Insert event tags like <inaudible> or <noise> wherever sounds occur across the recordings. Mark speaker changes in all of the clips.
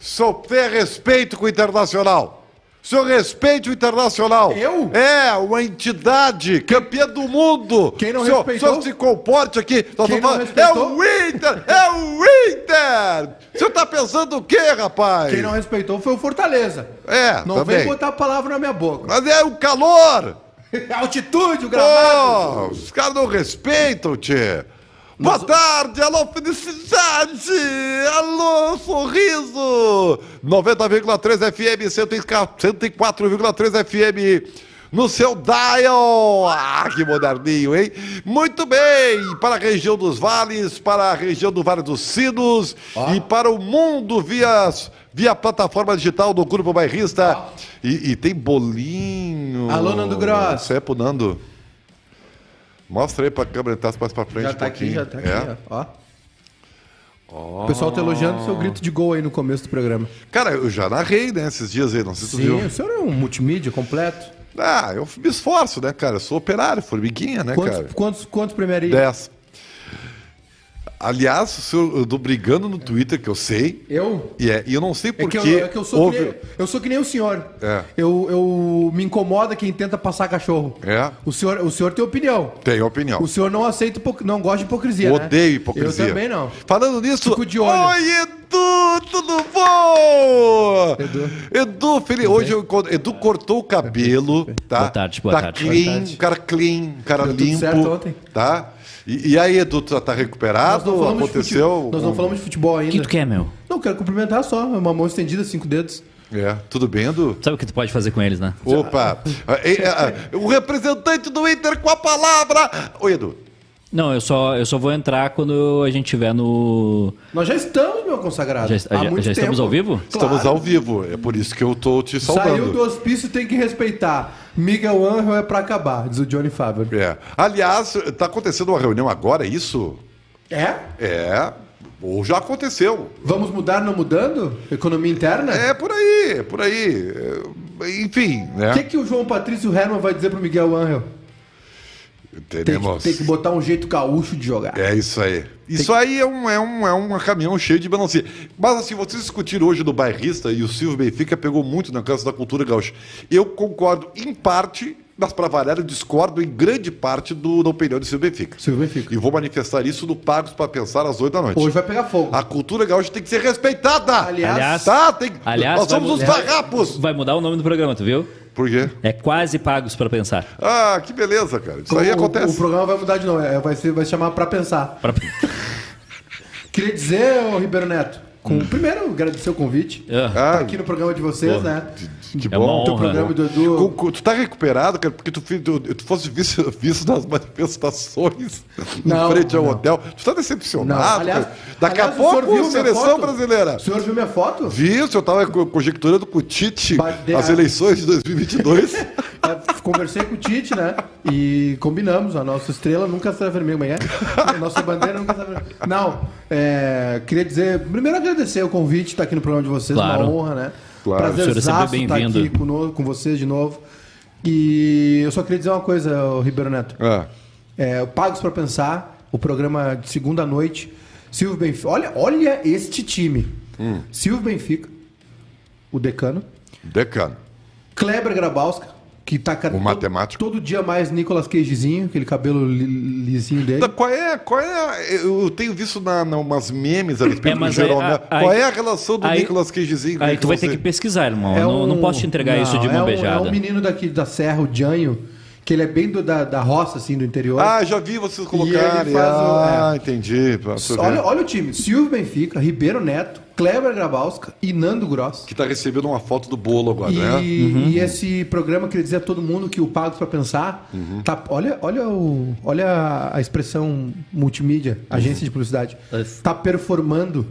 Speaker 1: senhor ter respeito com o Internacional. O senhor respeite o Internacional.
Speaker 2: Eu?
Speaker 1: É, uma entidade, campeã do mundo.
Speaker 2: Quem não
Speaker 1: o senhor,
Speaker 2: respeitou?
Speaker 1: O senhor se comporte aqui. Nós
Speaker 2: Quem
Speaker 1: estamos
Speaker 2: não
Speaker 1: falando, é
Speaker 2: respeitou?
Speaker 1: o Inter! É o Inter! O senhor tá pensando o quê, rapaz?
Speaker 2: Quem não respeitou foi o Fortaleza.
Speaker 1: É,
Speaker 2: Não
Speaker 1: também.
Speaker 2: vem botar a palavra na minha boca. <laughs>
Speaker 1: Mas é o calor!
Speaker 2: Altitude, o
Speaker 1: Pô,
Speaker 2: gramado.
Speaker 1: os caras não respeitam, tchê. Boa tarde, alô felicidade, alô sorriso. 90,3 FM, 104,3 FM no seu dial. Ah, que moderninho, hein? Muito bem, para a região dos vales, para a região do Vale dos Sinos
Speaker 2: Ah.
Speaker 1: e para o mundo via, via plataforma digital do Grupo Bairrista. E, e tem bolinho.
Speaker 2: Alô, Nando Gross.
Speaker 1: Isso é pro Nando. Mostra aí pra câmera, tá mais pra frente
Speaker 2: Já
Speaker 1: um
Speaker 2: tá
Speaker 1: pouquinho.
Speaker 2: aqui, já tá aqui.
Speaker 1: É.
Speaker 2: Ó. O pessoal tá elogiando o
Speaker 1: Oh.
Speaker 2: seu grito de gol aí no começo do programa.
Speaker 1: Cara, eu já narrei, né, esses dias aí, não sei se tu
Speaker 2: Sim,
Speaker 1: viu.
Speaker 2: o senhor é um multimídia completo.
Speaker 1: Ah, eu me esforço, né, cara? Eu sou operário, formiguinha, né,
Speaker 2: Quantos,
Speaker 1: cara?
Speaker 2: quantos, quantos primeiros?
Speaker 1: 10. Aliás, o senhor, eu tô brigando no Twitter, que eu sei,
Speaker 2: Eu?
Speaker 1: e, é, e eu não sei
Speaker 2: É
Speaker 1: por
Speaker 2: que,
Speaker 1: que
Speaker 2: eu, é que eu sou
Speaker 1: houve...
Speaker 2: que nem, eu sou que nem o senhor.
Speaker 1: É.
Speaker 2: Eu, eu me incomoda quem tenta passar cachorro.
Speaker 1: É.
Speaker 2: O senhor, o senhor tem opinião.
Speaker 1: Tem opinião.
Speaker 2: O senhor não aceita, hipoc- não gosta de hipocrisia, né?
Speaker 1: Odeio hipocrisia.
Speaker 2: Eu também não.
Speaker 1: Falando nisso.
Speaker 2: Fico de olho.
Speaker 1: Oi, Edu, tudo bom?
Speaker 2: Edu.
Speaker 1: Edu, feliz. Hoje eu encontro- Edu cortou o cabelo, tá?
Speaker 3: Boa tarde, boa
Speaker 1: tá
Speaker 3: tarde, boa
Speaker 1: Clean,
Speaker 3: tarde.
Speaker 1: Um cara clean, um cara
Speaker 2: Deu tudo
Speaker 1: limpo.
Speaker 2: certo ontem.
Speaker 1: Tá? E, e aí, Edu, tu já tá
Speaker 2: Nós não
Speaker 1: recuperado?
Speaker 2: falamos de
Speaker 1: Aconteceu?
Speaker 2: fute- Nós não
Speaker 1: um-
Speaker 2: falamos de futebol ainda.
Speaker 3: O que tu quer, meu?
Speaker 2: Não, quero cumprimentar só. é Uma mão estendida, cinco dedos.
Speaker 1: É, tudo bem, Edu?
Speaker 3: Sabe o que tu pode fazer com eles, né?
Speaker 1: Opa! É, é, é, o representante do Inter com a palavra! Oi, Edu.
Speaker 3: Não, eu só, eu só vou entrar quando a gente tiver no.
Speaker 2: Nós já estamos, meu consagrado.
Speaker 3: Já, já- já estamos ao vivo?
Speaker 1: Estamos ao vivo, é por isso que eu tô te saudando.
Speaker 2: Saiu do hospício, tem que respeitar. Miguel Angel é pra acabar, diz o Johnny Favre.
Speaker 1: É. Aliás, tá acontecendo uma reunião agora, é isso?
Speaker 2: É?
Speaker 1: É. Ou já aconteceu.
Speaker 2: Vamos mudar não mudando? Economia interna?
Speaker 1: É por aí, é por aí. É, Enfim, né?
Speaker 2: O que, que o João Patrício Herman vai dizer pro Miguel Angel? Tem que,
Speaker 1: Teremos.
Speaker 2: tem que botar um jeito gaúcho de jogar.
Speaker 1: É isso aí. Isso aí é um, é, um, é um caminhão cheio de melancia. Mas assim, vocês discutiram hoje do bairrista e o Silvio Benfica pegou muito na casa da cultura gaúcha. Eu concordo em parte, mas para variar eu discordo em grande parte do, da opinião do Silvio Benfica.
Speaker 2: Silvio Benfica.
Speaker 1: E vou manifestar isso no Pagos para Pensar às 8 da noite.
Speaker 2: Hoje vai pegar fogo.
Speaker 1: A cultura gaúcha tem que ser respeitada.
Speaker 2: Aliás-
Speaker 1: tá, tem...
Speaker 3: Aliás,
Speaker 1: nós somos
Speaker 3: vai
Speaker 1: os
Speaker 3: mudar-
Speaker 1: farrapos.
Speaker 3: Vai mudar o nome do programa, tu viu?
Speaker 1: Por quê?
Speaker 3: É quase pagos pra pensar.
Speaker 1: Ah, que beleza, cara. Isso aí
Speaker 2: O- O,
Speaker 1: acontece.
Speaker 2: programa vai mudar de nome, é, vai, ser, vai se chamar Pra Pensar.
Speaker 3: Pra-
Speaker 2: <laughs> Queria dizer, ô Ribeiro Neto, com,
Speaker 3: Hum.
Speaker 2: primeiro agradecer o convite.
Speaker 3: Ah,
Speaker 1: Ah,
Speaker 2: Tá aqui no programa de vocês, né?
Speaker 1: que
Speaker 3: é uma
Speaker 1: bom.
Speaker 3: honra.
Speaker 2: O programa do Edu.
Speaker 1: Com- com- tu tá recuperado, cara, porque tu, fi- tu, tu fosse <laughs> visto, visto nas manifestações
Speaker 2: Não,
Speaker 1: em frente ao
Speaker 2: não.
Speaker 1: hotel. Tu tá
Speaker 2: Não,
Speaker 1: decepcionado,
Speaker 2: aliás,
Speaker 1: cara. Daqui
Speaker 2: aliás,
Speaker 1: a
Speaker 2: o senhor
Speaker 1: pouco,
Speaker 2: viu minha
Speaker 1: seleção
Speaker 2: foto?
Speaker 1: brasileira.
Speaker 2: O senhor viu minha foto?
Speaker 1: Viu? Eu tava co- conjecturando com o Tite
Speaker 2: Bandeira.
Speaker 1: as eleições de
Speaker 2: <laughs>
Speaker 1: 2022.
Speaker 2: É, Conversei com o Tite, né? E combinamos, a nossa estrela nunca será vermelha amanhã. é? A nossa bandeira nunca será vermelha. Não, é, queria dizer, primeiro agradecer o convite, estar aqui no programa de vocês,
Speaker 3: Claro.
Speaker 2: uma honra, né?
Speaker 1: Claro.
Speaker 2: Prazer
Speaker 3: O senhor é sempre
Speaker 2: estar
Speaker 3: bem-vindo.
Speaker 2: aqui conosco, com vocês de novo. E eu só queria dizer uma coisa, ô Ribeiro Neto.
Speaker 1: Ah,
Speaker 2: É, Pagos pra Pensar, o programa de segunda noite. Silvio Benfica. Olha, olha este time. Silvio Benfica, o decano.
Speaker 1: decano.
Speaker 2: Kleber Grabowska, que tá cada-
Speaker 1: O matemático.
Speaker 2: Todo, todo dia mais Nicolas Cagezinho, aquele cabelo li- lisinho dele.
Speaker 1: Tá, Qual é, qual é, eu tenho visto na, na, umas memes a
Speaker 3: É,
Speaker 1: respeito do
Speaker 3: mas
Speaker 1: Jerome.
Speaker 3: aí- aí-
Speaker 1: qual é a relação do
Speaker 3: aí-
Speaker 1: Nicolas Cagezinho? com
Speaker 3: Aí tu vai ter
Speaker 1: você? É
Speaker 3: que pesquisar, irmão. Eu não, não posso te entregar
Speaker 2: É um não,
Speaker 3: isso de mão
Speaker 2: é um,
Speaker 3: beijada.
Speaker 2: É um menino daqui da Serra, o Janho, que ele é bem do- da, da roça, assim, do interior.
Speaker 1: Ah, já vi vocês colocarem.
Speaker 2: ele faz o- é.
Speaker 1: Ah, entendi. pra você ver.
Speaker 2: olha, olha o time. Silvio Benfica, Ribeiro Neto, Kleber Grabowska e Nando Gross.
Speaker 1: Que tá recebendo uma foto do bolo agora,
Speaker 2: E,
Speaker 1: né?
Speaker 2: e esse programa eu queria dizer a todo mundo que o Pagos pra Pensar
Speaker 1: Uhum.
Speaker 2: tá, olha, olha, o, olha a expressão
Speaker 1: Uhum.
Speaker 2: multimídia, agência de publicidade,
Speaker 1: É
Speaker 3: Isso.
Speaker 2: tá performando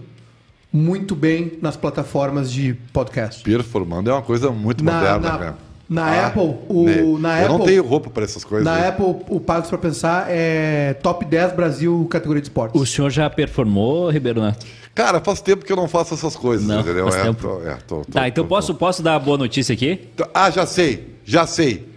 Speaker 2: muito bem nas plataformas de podcast.
Speaker 1: Performando é uma coisa muito
Speaker 2: Na,
Speaker 1: moderna,
Speaker 2: na,
Speaker 1: cara.
Speaker 2: na
Speaker 1: Ah,
Speaker 2: Apple, o,
Speaker 1: né?
Speaker 2: na
Speaker 1: eu
Speaker 2: Apple,
Speaker 1: não tenho roupa pra essas coisas.
Speaker 2: na Apple, o Pagos pra Pensar é top 10 Brasil categoria de esportes.
Speaker 3: O senhor já performou, Ribeiro né? Neto?
Speaker 1: Cara, faz tempo que eu não faço essas coisas,
Speaker 3: Não,
Speaker 1: entendeu?
Speaker 3: faz
Speaker 1: É,
Speaker 3: tempo.
Speaker 1: tô- é, tô- tô-
Speaker 3: Tá, então
Speaker 1: tô-
Speaker 3: posso, posso dar a boa notícia aqui?
Speaker 1: tô- Ah, já sei, já sei.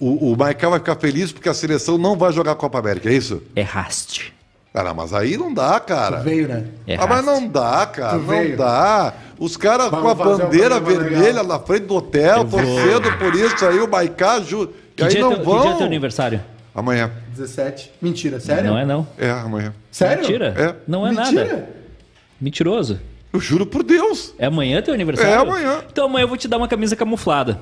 Speaker 1: O, o Maicon vai ficar feliz porque a seleção não vai jogar a Copa América, é isso?
Speaker 3: É Rast.
Speaker 1: Cara, mas aí não dá, cara.
Speaker 2: Veio, né?
Speaker 3: É
Speaker 1: ah, mas
Speaker 3: rastro.
Speaker 1: não dá, cara.
Speaker 2: Tu
Speaker 1: não
Speaker 2: veio.
Speaker 1: dá. Os caras com
Speaker 2: Vamos
Speaker 1: a
Speaker 2: fazer um
Speaker 1: bandeira
Speaker 2: programa
Speaker 1: vermelha
Speaker 2: legal.
Speaker 1: na frente do hotel,
Speaker 3: Eu vou.
Speaker 1: torcendo por isso aí, o Maicá, ju... e
Speaker 3: Que
Speaker 1: aí
Speaker 3: dia, é
Speaker 1: não
Speaker 3: teu, que
Speaker 1: vão.
Speaker 3: dia é teu aniversário?
Speaker 1: Amanhã.
Speaker 2: 17. Mentira, sério?
Speaker 3: Não é não.
Speaker 1: É, amanhã.
Speaker 2: Sério?
Speaker 3: Mentira.
Speaker 1: É.
Speaker 3: Não é nada.
Speaker 2: Mentira.
Speaker 3: Mentiroso.
Speaker 1: Eu juro por Deus.
Speaker 3: É amanhã teu aniversário?
Speaker 1: É amanhã.
Speaker 3: Então amanhã eu vou te dar uma camisa camuflada.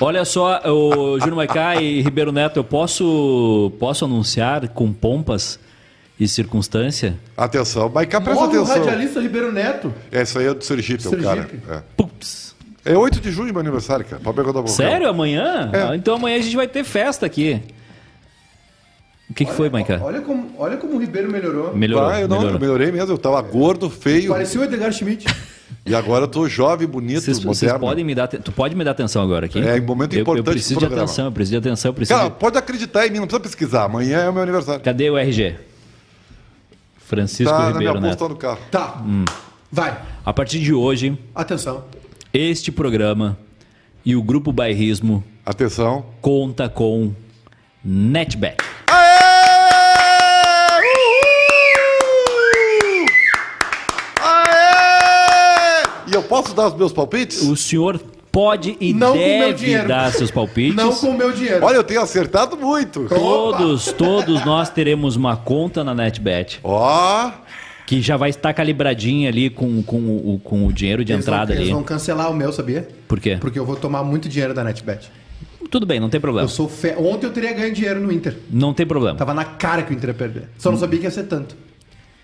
Speaker 3: Olha só, o Júnior Maicá e Ribeiro Neto, eu posso, posso anunciar com pompas e circunstância?
Speaker 1: Atenção, Maicá, presta
Speaker 2: Morre o
Speaker 1: atenção.
Speaker 2: radialista Ribeiro Neto.
Speaker 1: Essa aí é do Sergipe, o cara.
Speaker 2: Sergipe.
Speaker 3: Pups.
Speaker 1: É. é 8 de junho meu aniversário, cara. Pra pegar da boca.
Speaker 3: Sério? Amanhã?
Speaker 1: É.
Speaker 3: Ah, Então amanhã a gente vai ter festa aqui. O que, que foi, Maicá?
Speaker 2: Olha como, olha como o Ribeiro melhorou.
Speaker 3: Melhorou,
Speaker 1: Ah, eu não, eu
Speaker 3: melhorou.
Speaker 1: melhorei mesmo. Eu tava gordo, feio.
Speaker 2: Parecia o Edgar Schmidt.
Speaker 1: E agora eu tô jovem, bonito,
Speaker 3: Vocês,
Speaker 1: moderno.
Speaker 3: vocês podem me dar, te- tu pode me dar atenção agora aqui?
Speaker 1: É um momento
Speaker 3: Eu-
Speaker 1: importante
Speaker 3: Eu preciso
Speaker 1: do
Speaker 3: de
Speaker 1: programa.
Speaker 3: atenção, eu preciso de atenção, eu preciso.
Speaker 1: Cara,
Speaker 3: de-
Speaker 1: pode acreditar em mim, não precisa pesquisar. Amanhã é o meu aniversário.
Speaker 3: Cadê o RG? Francisco
Speaker 1: Tá na minha
Speaker 3: Ribeiro
Speaker 1: bolsa,
Speaker 3: Neto.
Speaker 1: tá no carro.
Speaker 2: Tá.
Speaker 3: Hum.
Speaker 2: Vai.
Speaker 3: A partir de hoje,
Speaker 2: Atenção.
Speaker 3: este programa e o grupo Bairrismo
Speaker 1: Atenção.
Speaker 3: conta com Netback.
Speaker 1: Aê! Uhul! Aê! E eu posso dar os meus palpites?
Speaker 3: O senhor pode e
Speaker 2: Não com meu
Speaker 3: deve
Speaker 2: dinheiro.
Speaker 3: dar seus palpites.
Speaker 2: Não com o meu dinheiro.
Speaker 1: Olha, eu tenho acertado muito.
Speaker 3: Todos, todos nós teremos uma conta na NetBet
Speaker 1: Ó,
Speaker 3: que já vai estar calibradinha ali com, com, o- com o dinheiro de
Speaker 2: Eles vão-
Speaker 3: entrada
Speaker 2: eles
Speaker 3: ali.
Speaker 2: vão cancelar o meu, sabia?
Speaker 3: Por quê?
Speaker 2: Porque eu vou tomar muito dinheiro da NetBet.
Speaker 3: Tudo bem, não tem problema.
Speaker 2: Eu sou fe... Ontem eu teria ganho dinheiro no Inter.
Speaker 3: Não tem problema.
Speaker 2: Tava na cara que o Inter ia perder. Só não
Speaker 3: Hum.
Speaker 2: sabia que ia ser tanto.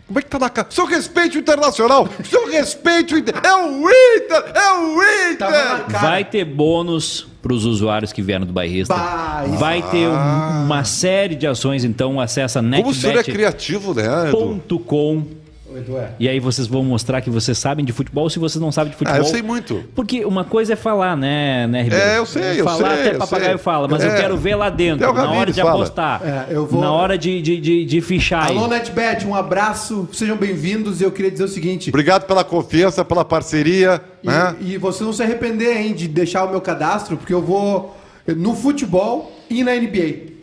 Speaker 1: como é que tá na cara? Seu respeito internacional! Seu respeito inter... É o Inter! É o Inter!
Speaker 2: Tava na cara.
Speaker 3: Vai ter bônus para os usuários que vieram do bairrista.
Speaker 2: Vai.
Speaker 3: Vai ter um- uma série de ações, então acessa
Speaker 1: Como o senhor é criativo, né, Edu?
Speaker 3: netbet.com
Speaker 2: Ô, Edu, é.
Speaker 3: e aí vocês vão mostrar que vocês sabem de futebol se vocês não sabem de
Speaker 1: Ah,
Speaker 3: futebol.
Speaker 1: eu sei muito.
Speaker 3: Porque uma coisa é falar, né, né, Ribeiro?
Speaker 1: É, eu sei, eu
Speaker 3: falar
Speaker 1: sei,
Speaker 3: até
Speaker 1: eu
Speaker 3: papagaio
Speaker 1: sei.
Speaker 3: fala, mas eu
Speaker 1: É.
Speaker 3: quero ver lá dentro,
Speaker 1: Até o
Speaker 3: na hora
Speaker 1: Ramires
Speaker 3: de
Speaker 1: fala.
Speaker 3: apostar,
Speaker 2: É, eu vou-
Speaker 3: na hora de, de, de, de fichar. aí.
Speaker 2: Alô, NetBet, um abraço. Sejam bem-vindos. E eu queria dizer o seguinte.
Speaker 1: Obrigado pela confiança, pela parceria,
Speaker 2: E,
Speaker 1: né?
Speaker 2: e vocês vão se arrepender, hein, de deixar o meu cadastro, porque eu vou no futebol e na NBA.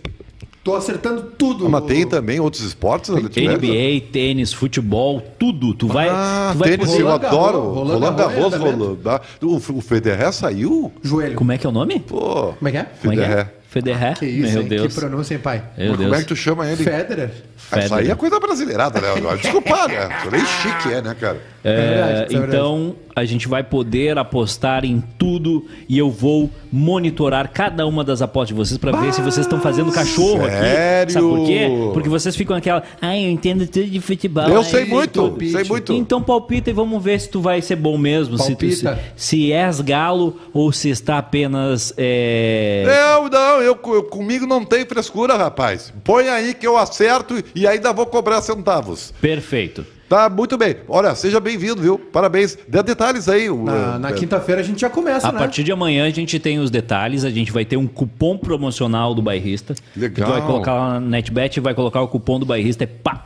Speaker 2: Tô acertando tudo.
Speaker 1: Ah, Mas tem também outros esportes, né, Atlético?
Speaker 3: NBA, tênis, futebol, tudo. Tu
Speaker 2: É,
Speaker 3: vai,
Speaker 1: Ah,
Speaker 3: tu vai
Speaker 1: tênis,
Speaker 3: poder-
Speaker 1: eu
Speaker 2: Roland Garros,
Speaker 1: adoro.
Speaker 2: Roland
Speaker 1: Roland
Speaker 2: Garros,
Speaker 1: Garros,
Speaker 2: tá vendo?
Speaker 1: Roland. Gar- O F- o Federer saiu?
Speaker 2: Joelho. Como
Speaker 3: Como é que é o nome?
Speaker 1: Pô,
Speaker 2: é que é?
Speaker 3: Como é que é?
Speaker 1: Federer.
Speaker 3: Federer?
Speaker 2: Ah, Que isso,
Speaker 3: Meu
Speaker 2: hein?
Speaker 3: Deus.
Speaker 2: Que pronúncia, hein, pai?
Speaker 3: Meu
Speaker 1: como é que
Speaker 3: Deus.
Speaker 1: tu chama ele?
Speaker 2: Federer.
Speaker 1: Isso aí
Speaker 3: Federer.
Speaker 1: é coisa brasileirada, né? Agora, Desculpa, né? Nem chique é, né, cara?
Speaker 3: É,
Speaker 2: verdade, isso é verdade.
Speaker 3: então a gente vai poder apostar em tudo e eu vou monitorar cada uma das apostas de vocês pra ver se vocês estão fazendo cachorro aqui.
Speaker 1: sério?
Speaker 3: Sabe por quê? Porque vocês ficam aquela, ai, eu entendo tudo de futebol.
Speaker 1: Eu
Speaker 3: ai,
Speaker 1: sei muito,
Speaker 3: tudo."
Speaker 1: sei muito.
Speaker 3: Então palpita e vamos ver se tu vai ser bom mesmo, se, tu, se,
Speaker 2: Palpita.
Speaker 3: se és galo ou se está apenas é,
Speaker 1: Eu não, eu, co- eu- comigo não tem frescura, rapaz. Põe aí que eu acerto e ainda vou cobrar centavos.
Speaker 3: perfeito.
Speaker 1: Tá, muito bem. Olha, seja bem-vindo, viu? Parabéns. Dê detalhes aí. o-
Speaker 2: Na, na
Speaker 1: eh,
Speaker 2: quinta-feira a gente já começa,
Speaker 3: A
Speaker 2: né?
Speaker 3: partir de amanhã a gente tem os detalhes, a gente vai ter um cupom promocional do bairrista.
Speaker 1: Legal.
Speaker 3: Tu vai colocar lá na NetBet, vai colocar o cupom do bairrista, é pá!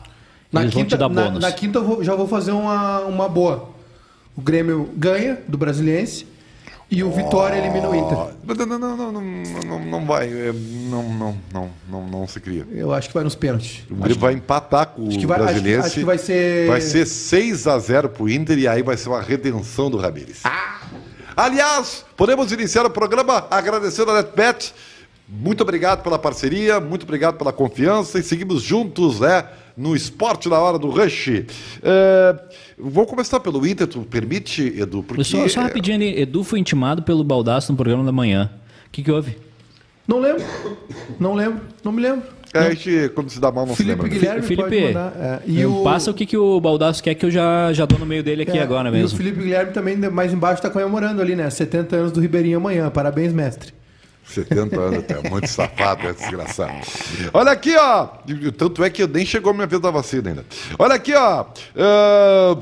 Speaker 2: Na
Speaker 3: Eles vão te dar
Speaker 2: na-
Speaker 3: bônus.
Speaker 2: Na, quinta eu vou- já vou fazer uma, uma boa. O Grêmio ganha do Brasiliense e o Vitória elimina o
Speaker 1: ó,
Speaker 2: Inter.
Speaker 1: Não, não, não, não, não, não, não vai. eh, Não, não, não, não, não se cria.
Speaker 2: Eu acho que vai nos pênaltis.
Speaker 1: O Grêmio vai empatar com
Speaker 2: que
Speaker 1: o
Speaker 2: vai- acho que-
Speaker 1: brasileiro.
Speaker 2: acho que vai ser-
Speaker 1: Vai ser 6x0 pro Inter e aí vai ser uma redenção do Ramires.
Speaker 2: Ah!
Speaker 1: Aliás, podemos iniciar o programa agradecendo a NetBet. Muito obrigado pela parceria, muito obrigado pela confiança e seguimos juntos, né? No esporte na hora do rush. É, vou começar pelo Inter, tu permite, Edu? Porque
Speaker 3: Só, só rapidinho ali, Edu foi intimado pelo Baldaço no programa da manhã. O que, que houve?
Speaker 2: Não lembro. Não lembro. Não me lembro.
Speaker 1: é, a gente, quando se dá mal, não se
Speaker 2: Felipe
Speaker 1: lembra. né?
Speaker 2: Guilherme
Speaker 3: Felipe,
Speaker 2: pode mandar. é, e o...
Speaker 3: passa o que, que o Baldaço quer que eu já, já dou no meio dele aqui
Speaker 2: é,
Speaker 3: agora
Speaker 2: E o
Speaker 3: mesmo.
Speaker 2: Felipe Guilherme também, de- mais embaixo, tá comemorando ali, né? 70 anos do Ribeirinho amanhã. Parabéns, mestre.
Speaker 1: 70 anos até, muito safado, é desgraçado. Olha aqui, ó. Tanto é que nem chegou a minha vez da vacina ainda. Olha aqui, ó. Ahn,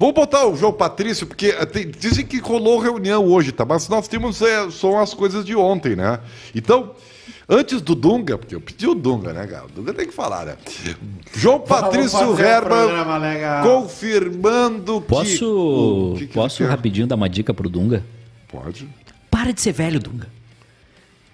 Speaker 1: Vou botar o João Patrício, porque eh, tem- dizem que rolou reunião hoje, tá? Mas nós temos eh, são as coisas de ontem, né? Então, antes do Dunga, porque eu pedi o Dunga, né, cara? O Dunga tem que falar, né? João Patrício
Speaker 2: fazer um programa
Speaker 1: Herman
Speaker 2: legal.
Speaker 1: confirmando que.
Speaker 3: Posso,
Speaker 1: o que que
Speaker 3: posso
Speaker 1: ele quer?
Speaker 3: rapidinho dar uma dica pro Dunga?
Speaker 1: Pode.
Speaker 3: Para de ser velho, Dunga.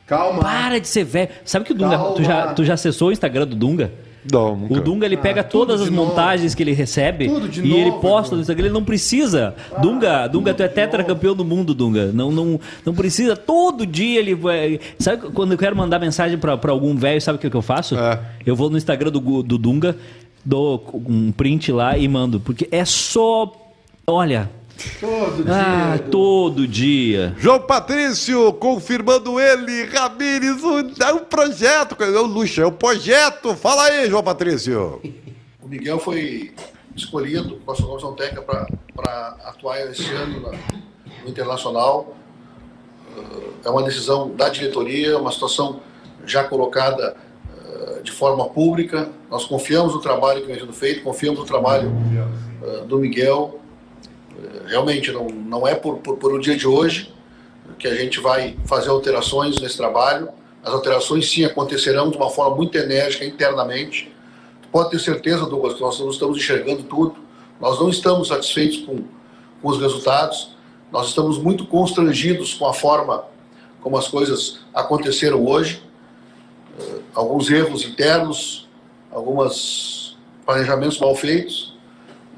Speaker 2: Calma.
Speaker 3: Para de ser velho. Sabe que o Dunga.
Speaker 2: Calma.
Speaker 3: Tu já, tu já acessou o Instagram do Dunga?
Speaker 1: Não, nunca.
Speaker 3: O Dunga ele pega
Speaker 2: Ah,
Speaker 3: todas
Speaker 2: tudo
Speaker 3: as
Speaker 2: de novo.
Speaker 3: montagens que ele recebe
Speaker 2: Tudo de
Speaker 3: e ele
Speaker 2: novo, Ah,
Speaker 3: posta
Speaker 2: Edu.
Speaker 3: no Instagram, ele não precisa. Dunga, Dunga, tu é tetracampeão do mundo, Dunga. Não, não, não precisa. Todo dia ele vai. Sabe quando eu quero mandar mensagem pra, pra algum velho, sabe o que, que eu faço?
Speaker 1: É.
Speaker 3: Eu vou no Instagram do, Gu- do Dunga, dou um print lá e mando. Porque é só. Olha.
Speaker 2: Todo
Speaker 3: Ah,
Speaker 2: dia.
Speaker 3: todo dia.
Speaker 1: João Patrício, confirmando ele, Ramires, o- é um projeto, é o Luxa, é um projeto. Fala aí, João Patrício.
Speaker 4: O Miguel foi escolhido com a sua comissão técnica para atuar esse ano na- no Internacional. Eh, É uma decisão da diretoria, uma situação já colocada eh, de forma pública. Nós confiamos no trabalho que vem sendo feito, confiamos no trabalho eh, do Miguel. Eh, Realmente, não, não é por, por, por o dia de hoje que a gente vai fazer alterações nesse trabalho. As alterações, sim, acontecerão de uma forma muito enérgica internamente pode ter certeza, Douglas, que nós não estamos enxergando tudo, nós não estamos satisfeitos com, com os resultados, nós estamos muito constrangidos com a forma como as coisas aconteceram hoje. Eh, Alguns erros internos, alguns planejamentos mal feitos,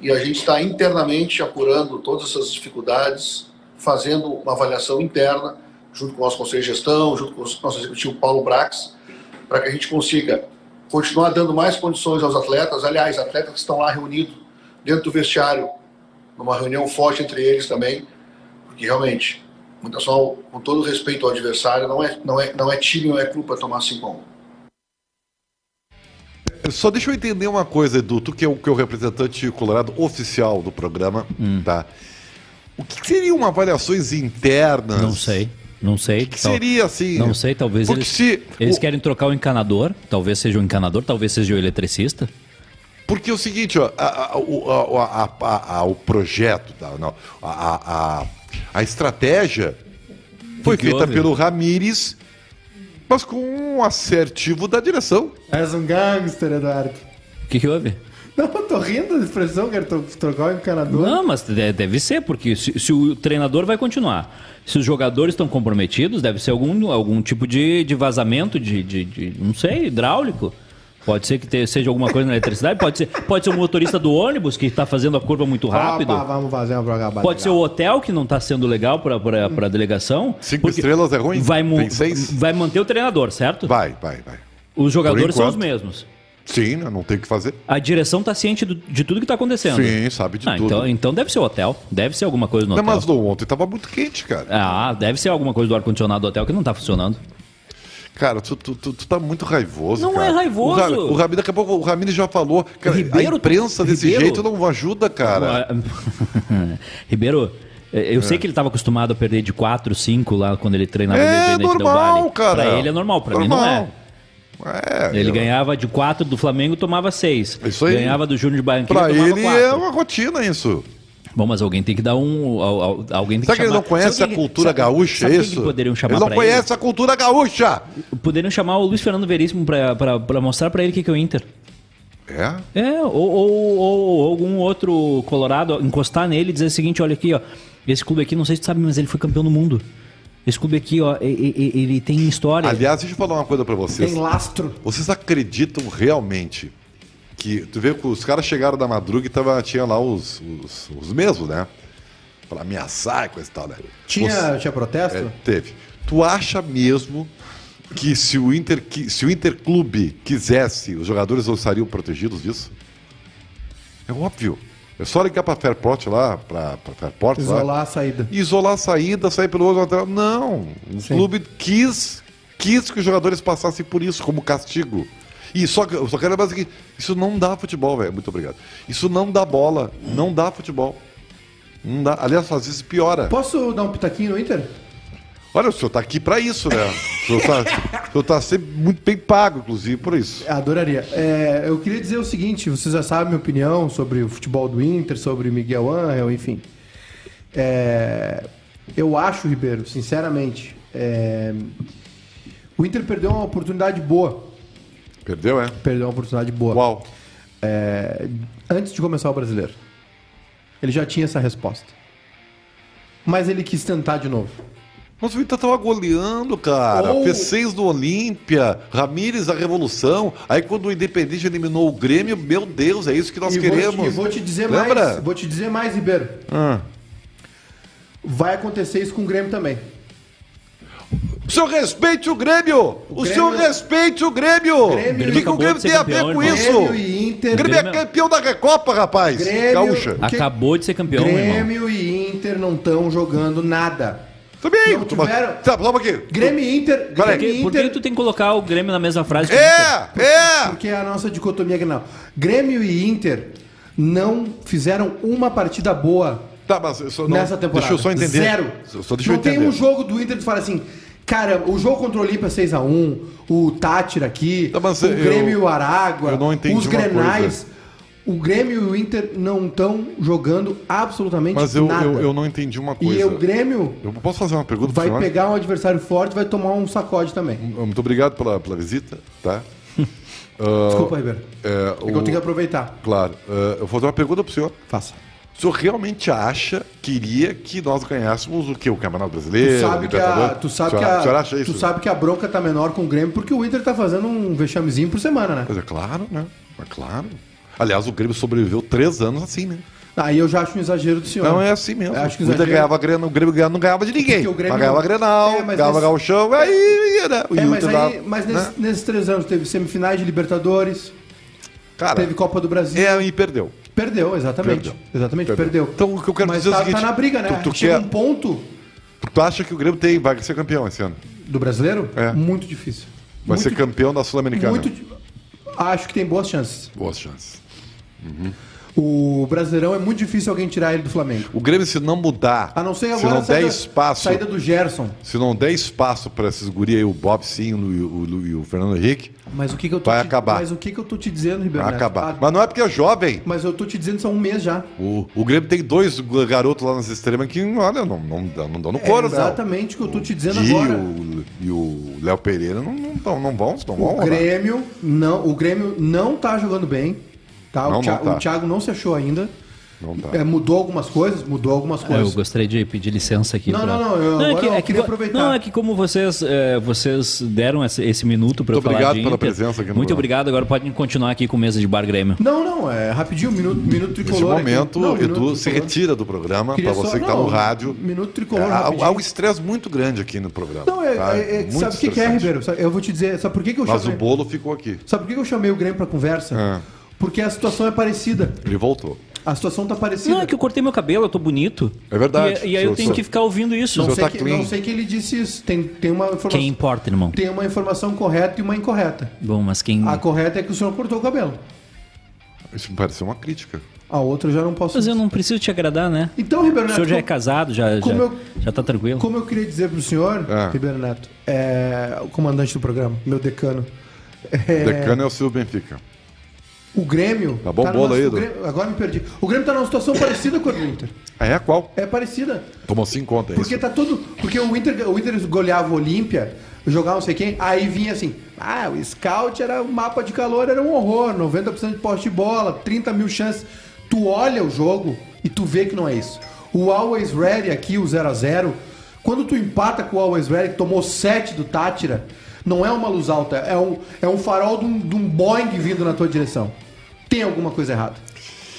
Speaker 4: e a gente está internamente apurando todas essas dificuldades, fazendo uma avaliação interna, junto com o nosso Conselho de Gestão, junto com o nosso executivo Paulo Brax, para que a gente consiga continuar dando mais condições aos atletas. Aliás, atletas que estão lá reunidos dentro do vestiário, numa reunião forte entre eles também, porque realmente, o Internacional, com todo respeito ao adversário, não é, não é, não é time, não é clube para tomar 5 a 1.
Speaker 1: Só deixa eu entender uma coisa, Edu, tu que é o, que é o representante colorado oficial do programa,
Speaker 3: Hum.
Speaker 1: tá? O que que seriam avaliações internas?
Speaker 3: Não sei. Não sei.
Speaker 1: O que seria assim?
Speaker 3: Não sei, talvez
Speaker 1: Porque
Speaker 3: eles,
Speaker 1: se-
Speaker 3: eles
Speaker 1: o-
Speaker 3: querem trocar o encanador, talvez seja o encanador, talvez seja o eletricista.
Speaker 1: Porque é o seguinte, ó, a- a- o- a- a- a- a- o projeto, tá, não, a, a- a- a estratégia foi
Speaker 3: que
Speaker 1: feita
Speaker 3: houve?
Speaker 1: pelo Ramires, mas com um assertivo da direção.
Speaker 2: És um gangster, Eduardo.
Speaker 3: O que, que houve?
Speaker 2: Não, eu tô rindo da expressão, cara. Tô, trocar o encanador.
Speaker 3: Não, mas de- deve ser, porque se, se o treinador vai continuar, se os jogadores estão comprometidos, deve ser algum, algum tipo de, de vazamento de, de, de- não sei, hidráulico. Pode ser que te- seja alguma coisa na eletricidade, pode ser, pode ser o motorista do ônibus que está fazendo a curva
Speaker 1: Ah,
Speaker 3: muito rápido.
Speaker 2: Vá, vá, Ah, vamos fazer uma propaganda.
Speaker 3: Pode ser o hotel que não está sendo legal para a delegação.
Speaker 1: Hum. Cinco
Speaker 3: porque
Speaker 1: estrelas é ruim?
Speaker 3: Vai, mu-
Speaker 1: Tem seis?
Speaker 3: vai manter o treinador, certo?
Speaker 1: Vai, vai, vai.
Speaker 3: Os jogadores
Speaker 1: Por
Speaker 3: são
Speaker 1: enquanto.
Speaker 3: os mesmos.
Speaker 1: Sim, né, não tem o que fazer.
Speaker 3: A direção tá ciente do- de tudo que tá acontecendo.
Speaker 1: Sim, sabe de
Speaker 3: Ah,
Speaker 1: tudo.
Speaker 3: Então, então deve ser o hotel. Deve ser alguma coisa no
Speaker 1: Não,
Speaker 3: hotel.
Speaker 1: mas não, ontem tava muito quente, cara.
Speaker 3: Ah, deve ser alguma coisa do ar-condicionado do hotel que não tá funcionando.
Speaker 1: Cara, tu, tu, tu, tu tá muito raivoso.
Speaker 3: É. Não
Speaker 1: cara.
Speaker 3: é raivoso.
Speaker 1: O, Ra- o Ramiro, daqui a pouco, o Ramiro já falou. Cara,
Speaker 3: Ribeiro- tá-
Speaker 1: a imprensa desse
Speaker 3: Ribeiro-
Speaker 1: jeito não ajuda, cara.
Speaker 3: Ah, <laughs> Ribeiro, eh, eu sei que ele tava acostumado a perder de 4, 5 lá quando ele treinava
Speaker 1: É
Speaker 3: Independente
Speaker 1: normal,
Speaker 3: Del Valle.
Speaker 1: cara.
Speaker 3: Pra ele é normal, pra mim não
Speaker 1: Normal.
Speaker 3: é.
Speaker 1: É,
Speaker 3: Ele
Speaker 1: eu-
Speaker 3: ganhava de 4 do Flamengo, tomava 6.
Speaker 1: Isso aí.
Speaker 3: Ganhava do Júnior de Barranquilla,
Speaker 1: Pra
Speaker 3: tomava
Speaker 1: ele
Speaker 3: 4.
Speaker 1: é uma rotina isso.
Speaker 3: Bom, mas alguém tem que dar um. al- al- Alguém tem
Speaker 1: Será que ele
Speaker 3: chamar-
Speaker 1: não conhece
Speaker 3: Sabe
Speaker 1: a
Speaker 3: quem-
Speaker 1: cultura
Speaker 3: sabe-
Speaker 1: gaúcha,
Speaker 3: sabe
Speaker 1: é
Speaker 3: quem
Speaker 1: isso?
Speaker 3: que poderiam chamar
Speaker 1: ele não
Speaker 3: pra
Speaker 1: conhece a cultura gaúcha!
Speaker 3: Poderiam chamar o Luiz Fernando Veríssimo pra, pra, pra mostrar pra ele o que, que é o Inter.
Speaker 1: É?
Speaker 3: É, ou, ou- ou algum outro colorado encostar nele e dizer o seguinte, olha aqui, ó. Esse clube aqui, não sei se tu sabe, mas ele foi campeão do mundo. Esse clube aqui, ó, e- e- e- ele tem história.
Speaker 1: Aliás, deixa eu falar uma coisa pra vocês.
Speaker 2: Tem lastro.
Speaker 1: Vocês acreditam realmente que. Tu vê que os caras chegaram da madruga e tava, tinha lá os, os, os mesmos, né? Pra ameaçar e coisa e tal, né?
Speaker 2: Tinha,
Speaker 1: Você-
Speaker 2: tinha protesto?
Speaker 1: É, teve. Tu acha mesmo que se o Inter qui- se o Interclube quisesse, os jogadores não estariam protegidos disso? É óbvio. É só ligar pra Fairport lá, pra, pra Fairport lá,
Speaker 2: Isolar a saída.
Speaker 1: e isolar a saída, sair pelo outro lateral. Não. O
Speaker 2: Sim.
Speaker 1: clube quis, quis que os jogadores passassem por isso como castigo. E só, que- eu só quero lembrar o seguinte, isso não dá futebol, velho. Muito obrigado. Isso não dá bola, não dá futebol. Não dá. Aliás, às vezes piora.
Speaker 2: Posso dar um pitaquinho no Inter?
Speaker 1: Olha, o senhor tá aqui pra isso, né? O senhor tá, o senhor tá sempre muito bem pago, inclusive, por isso.
Speaker 2: Adoraria. É, eu queria dizer o seguinte: vocês já sabem minha opinião sobre o futebol do Inter, sobre Miguel Angel, enfim. É, eu acho, Ribeiro, sinceramente, é, o Inter perdeu uma oportunidade boa.
Speaker 1: Perdeu, é?
Speaker 2: Perdeu uma oportunidade boa.
Speaker 1: Uau.
Speaker 2: É, antes de começar o brasileiro. Ele já tinha essa resposta. Mas ele quis tentar de novo.
Speaker 1: Mas o Inter tava goleando, cara.
Speaker 2: Ou-
Speaker 1: P6 do Olímpia, Ramírez da Revolução. Aí quando o Independente eliminou o Grêmio, meu Deus, é isso que nós
Speaker 2: e
Speaker 1: queremos.
Speaker 2: Vou te, e vou te dizer
Speaker 1: Lembra?
Speaker 2: mais. Vou te dizer mais, Ribeiro.
Speaker 1: Ah.
Speaker 2: Vai acontecer isso com o Grêmio também.
Speaker 1: O senhor respeite o Grêmio! O,
Speaker 2: Grêmio-
Speaker 1: senhor respeite o Grêmio!
Speaker 2: Grêmio-
Speaker 1: O que, que o
Speaker 3: Acabou
Speaker 1: Grêmio
Speaker 3: de ser
Speaker 1: tem a ver
Speaker 3: campeão,
Speaker 1: com
Speaker 3: irmão.
Speaker 1: isso?
Speaker 2: Grêmio e
Speaker 1: O
Speaker 2: Inter.
Speaker 1: Grêmio é
Speaker 3: Grêmio-
Speaker 1: campeão da Recopa, rapaz!
Speaker 2: Grêmio-
Speaker 1: Gaúcha.
Speaker 2: Que-
Speaker 3: Acabou de ser campeão, irmão.
Speaker 2: Grêmio e Inter não estão jogando nada.
Speaker 1: Também!
Speaker 2: Não tiveram-
Speaker 1: Tá, só um pouquinho.
Speaker 2: Grêmio e Inter.
Speaker 1: Peraí.
Speaker 3: Por
Speaker 2: Grêmio
Speaker 3: que,
Speaker 2: e
Speaker 3: por que
Speaker 2: Inter.
Speaker 3: tu tem que colocar o Grêmio na mesma frase? que o Inter?
Speaker 1: É! É!
Speaker 2: Porque é a nossa dicotomia Grenal. Grêmio e Inter não fizeram uma partida boa
Speaker 1: Tá, mas eu só não-
Speaker 2: nessa temporada.
Speaker 1: Deixa eu só entender.
Speaker 2: Zero.
Speaker 1: Só- Só deixa eu
Speaker 2: não
Speaker 1: entender.
Speaker 2: tem um jogo do Inter que tu fala assim, cara, o jogo contra o Olímpia é 6x1, o Tátira aqui,
Speaker 1: Tá, mas
Speaker 2: o
Speaker 1: eu-
Speaker 2: Grêmio e o Aragua,
Speaker 1: eu não entendi
Speaker 2: os
Speaker 1: uma
Speaker 2: Grenais.
Speaker 1: coisa.
Speaker 2: O Grêmio e o Inter não estão jogando absolutamente
Speaker 1: Mas eu,
Speaker 2: nada.
Speaker 1: eu, eu não entendi uma coisa.
Speaker 2: E o Grêmio
Speaker 1: Eu posso fazer uma pergunta pro
Speaker 2: vai
Speaker 1: senhor?
Speaker 2: pegar um adversário forte e vai tomar um sacode também.
Speaker 1: Muito obrigado pela, pela visita, tá? Ah,
Speaker 2: Desculpa, Ribeiro.
Speaker 1: é,
Speaker 2: É que eu
Speaker 1: o-
Speaker 2: tenho que aproveitar.
Speaker 1: Claro. ah, eu vou fazer uma pergunta pro senhor.
Speaker 2: Faça.
Speaker 1: O senhor realmente acha, queria que nós ganhássemos o quê? O Campeonato
Speaker 2: Tu
Speaker 1: Brasileiro?
Speaker 2: sabe,
Speaker 1: o
Speaker 2: que a,
Speaker 1: Libertadores?
Speaker 2: tu, sabe
Speaker 1: O
Speaker 2: que
Speaker 1: senhor-
Speaker 2: a,
Speaker 1: O senhor acha isso?
Speaker 2: tu sabe que a bronca tá menor com o Grêmio porque o Inter tá fazendo um vexamezinho por semana, né?
Speaker 1: Mas é claro, né? É claro. Aliás, o Grêmio sobreviveu três anos assim, né?
Speaker 2: Aí eu já acho um exagero do senhor.
Speaker 1: Então é assim mesmo.
Speaker 2: Eu acho que
Speaker 1: o Inter
Speaker 2: exagero-
Speaker 1: ganhava Grêmio, o Grêmio ganhava- não ganhava de ninguém.
Speaker 2: Porque o
Speaker 1: Mas
Speaker 2: Grêmio
Speaker 1: ganhava
Speaker 2: não-
Speaker 1: Grenal,
Speaker 2: É, mas
Speaker 1: ganhava
Speaker 2: nesse-
Speaker 1: Galchão, aí ia, né? O
Speaker 2: É, mas,
Speaker 1: Inter
Speaker 2: aí,
Speaker 1: dava,
Speaker 2: mas
Speaker 1: né?
Speaker 2: nesse- nesses três anos teve semifinais de Libertadores,
Speaker 1: Cara,
Speaker 2: teve Copa do Brasil.
Speaker 1: é, e perdeu.
Speaker 2: Perdeu, exatamente.
Speaker 1: Perdeu.
Speaker 2: Exatamente,
Speaker 1: Perdeu.
Speaker 2: perdeu.
Speaker 1: Então, o que eu quero
Speaker 2: mas
Speaker 1: dizer é o
Speaker 2: tá,
Speaker 1: seguinte,
Speaker 2: tá na briga, né?
Speaker 1: tu- tu
Speaker 2: Chega
Speaker 1: quer-
Speaker 2: um ponto
Speaker 1: Tu acha que o Grêmio tem, vai ser campeão esse ano?
Speaker 2: do brasileiro
Speaker 1: É.
Speaker 2: muito difícil.
Speaker 1: Vai
Speaker 2: muito,
Speaker 1: ser campeão né? da Sul-Americana.
Speaker 2: muito di- Acho que tem boas chances.
Speaker 1: Boas chances.
Speaker 2: O Brasileirão é muito difícil alguém tirar ele do Flamengo.
Speaker 1: O Grêmio, se não mudar,
Speaker 2: A não ser
Speaker 1: se
Speaker 2: agora
Speaker 1: não
Speaker 2: a
Speaker 1: der
Speaker 2: saída,
Speaker 1: espaço,
Speaker 2: saída do Gerson.
Speaker 1: se não der espaço para esses guri aí, o Bob Sim o, o, o- e o Fernando Henrique,
Speaker 2: Mas o que, que eu tô
Speaker 1: Vai
Speaker 2: te...
Speaker 1: acabar.
Speaker 2: Mas o que, que eu tô te dizendo, Ribeiro?
Speaker 1: vai
Speaker 2: Neto?
Speaker 1: acabar.
Speaker 2: Ah,
Speaker 1: Mas não é porque é jovem.
Speaker 2: mas eu tô te dizendo isso há um mês já.
Speaker 1: O, o Grêmio tem dois garotos lá nas extremas que, olha, não, não, dá- não dão no
Speaker 2: É
Speaker 1: couro, né?
Speaker 2: exatamente o que eu tô te dizendo
Speaker 1: Gui
Speaker 2: agora.
Speaker 1: o- e o Léo Pereira não, não, tão- não vão, não
Speaker 2: O
Speaker 1: vão. rolar.
Speaker 2: Grêmio, não, o Grêmio não tá jogando bem. Tá?
Speaker 1: Não,
Speaker 2: o, Thi-
Speaker 1: não tá.
Speaker 2: o Thiago não se achou ainda.
Speaker 1: Não tá.
Speaker 2: É, mudou algumas coisas, mudou algumas
Speaker 3: Ah, Eu
Speaker 2: coisas.
Speaker 3: gostaria de pedir licença aqui.
Speaker 2: Não, não, não, eu-
Speaker 3: é
Speaker 2: agora
Speaker 3: que,
Speaker 2: eu
Speaker 3: é que
Speaker 2: queria
Speaker 3: vo-
Speaker 2: aproveitar.
Speaker 3: Não, é que como vocês, é, vocês deram esse, esse minuto para eu
Speaker 1: Muito
Speaker 3: falar
Speaker 1: obrigado
Speaker 3: de
Speaker 1: pela
Speaker 3: Inter,
Speaker 1: presença aqui no
Speaker 3: Muito
Speaker 1: programa.
Speaker 3: obrigado. Agora pode continuar aqui com mesa de bar Grêmio.
Speaker 2: Não, não, é rapidinho, minuto, minuto
Speaker 1: Nesse
Speaker 2: tricolor. aqui.
Speaker 1: momento,
Speaker 2: Não, um minuto
Speaker 1: Edu se
Speaker 2: tricolor.
Speaker 1: retira do programa,
Speaker 2: Queria
Speaker 1: para
Speaker 2: só-
Speaker 1: você que tá no
Speaker 2: não, um
Speaker 1: rádio.
Speaker 2: Minuto
Speaker 1: É,
Speaker 2: tricolor.
Speaker 1: há,
Speaker 2: rapidinho.
Speaker 1: há um estresse muito grande aqui no programa.
Speaker 2: Não, é,
Speaker 1: tá?
Speaker 2: é- é-
Speaker 1: Muito
Speaker 2: sabe o que, que é,
Speaker 1: estressante.
Speaker 2: Ribeiro? Sabe- Eu vou te dizer, sabe por que, que eu
Speaker 1: Mas o
Speaker 2: chamei?
Speaker 1: bolo ficou aqui.
Speaker 2: Sabe por que, que eu chamei o Grêmio pra conversa?
Speaker 1: Ah.
Speaker 2: Porque a situação é parecida.
Speaker 1: Ele voltou.
Speaker 2: A situação tá parecida.
Speaker 3: Não, é que eu cortei meu cabelo, eu tô bonito.
Speaker 1: É verdade.
Speaker 3: E, e aí eu
Speaker 1: Seu-
Speaker 3: tenho
Speaker 1: seu-
Speaker 3: que ficar ouvindo isso.
Speaker 1: Seu-
Speaker 2: não,
Speaker 1: senhor
Speaker 2: sei
Speaker 1: tá
Speaker 2: que,
Speaker 1: clean.
Speaker 2: não sei que ele disse isso. Tem, tem uma informação.
Speaker 3: Quem importa, irmão?
Speaker 2: Tem uma informação correta e uma incorreta.
Speaker 3: Bom, mas quem...
Speaker 1: Ah,
Speaker 2: A correta é que o senhor cortou o cabelo.
Speaker 1: Isso me pareceu uma crítica.
Speaker 2: A outra eu já não posso.
Speaker 3: Mas eu não preciso te agradar, né?
Speaker 2: Então, Ribeiro
Speaker 3: O
Speaker 2: Neto,
Speaker 3: senhor já é
Speaker 2: como-
Speaker 3: casado, já, já,
Speaker 2: como eu-
Speaker 3: já tá tranquilo.
Speaker 2: como eu queria dizer pro senhor,
Speaker 1: Ah.
Speaker 2: Ribeiro Neto, é, o comandante do programa, meu decano,
Speaker 1: O Decano é o Silvio Benfica.
Speaker 2: o Grêmio.
Speaker 1: Tá bom
Speaker 2: numa-
Speaker 1: bola aí,
Speaker 2: o
Speaker 1: Edu.
Speaker 2: Grêmio- Agora me perdi. O Grêmio tá numa situação parecida com a do Inter.
Speaker 1: Ah, É a qual?
Speaker 2: É parecida.
Speaker 1: Tomou cinco conta, é
Speaker 2: Porque
Speaker 1: isso?
Speaker 2: tá tudo. Porque o Inter, o Inter goleava o Olímpia, jogava não sei quem, aí vinha assim: ah, o scout era. O mapa de calor era um horror, 90% de poste de bola, 30 mil chances. Tu olha o jogo e tu vê que não é isso. O Always Ready aqui, o 0x0, quando tu empata com o Always Ready, que tomou 7 do Tátira, não é uma luz alta, é um, é um farol de um, de um Boeing vindo na tua direção. Tem alguma coisa errada.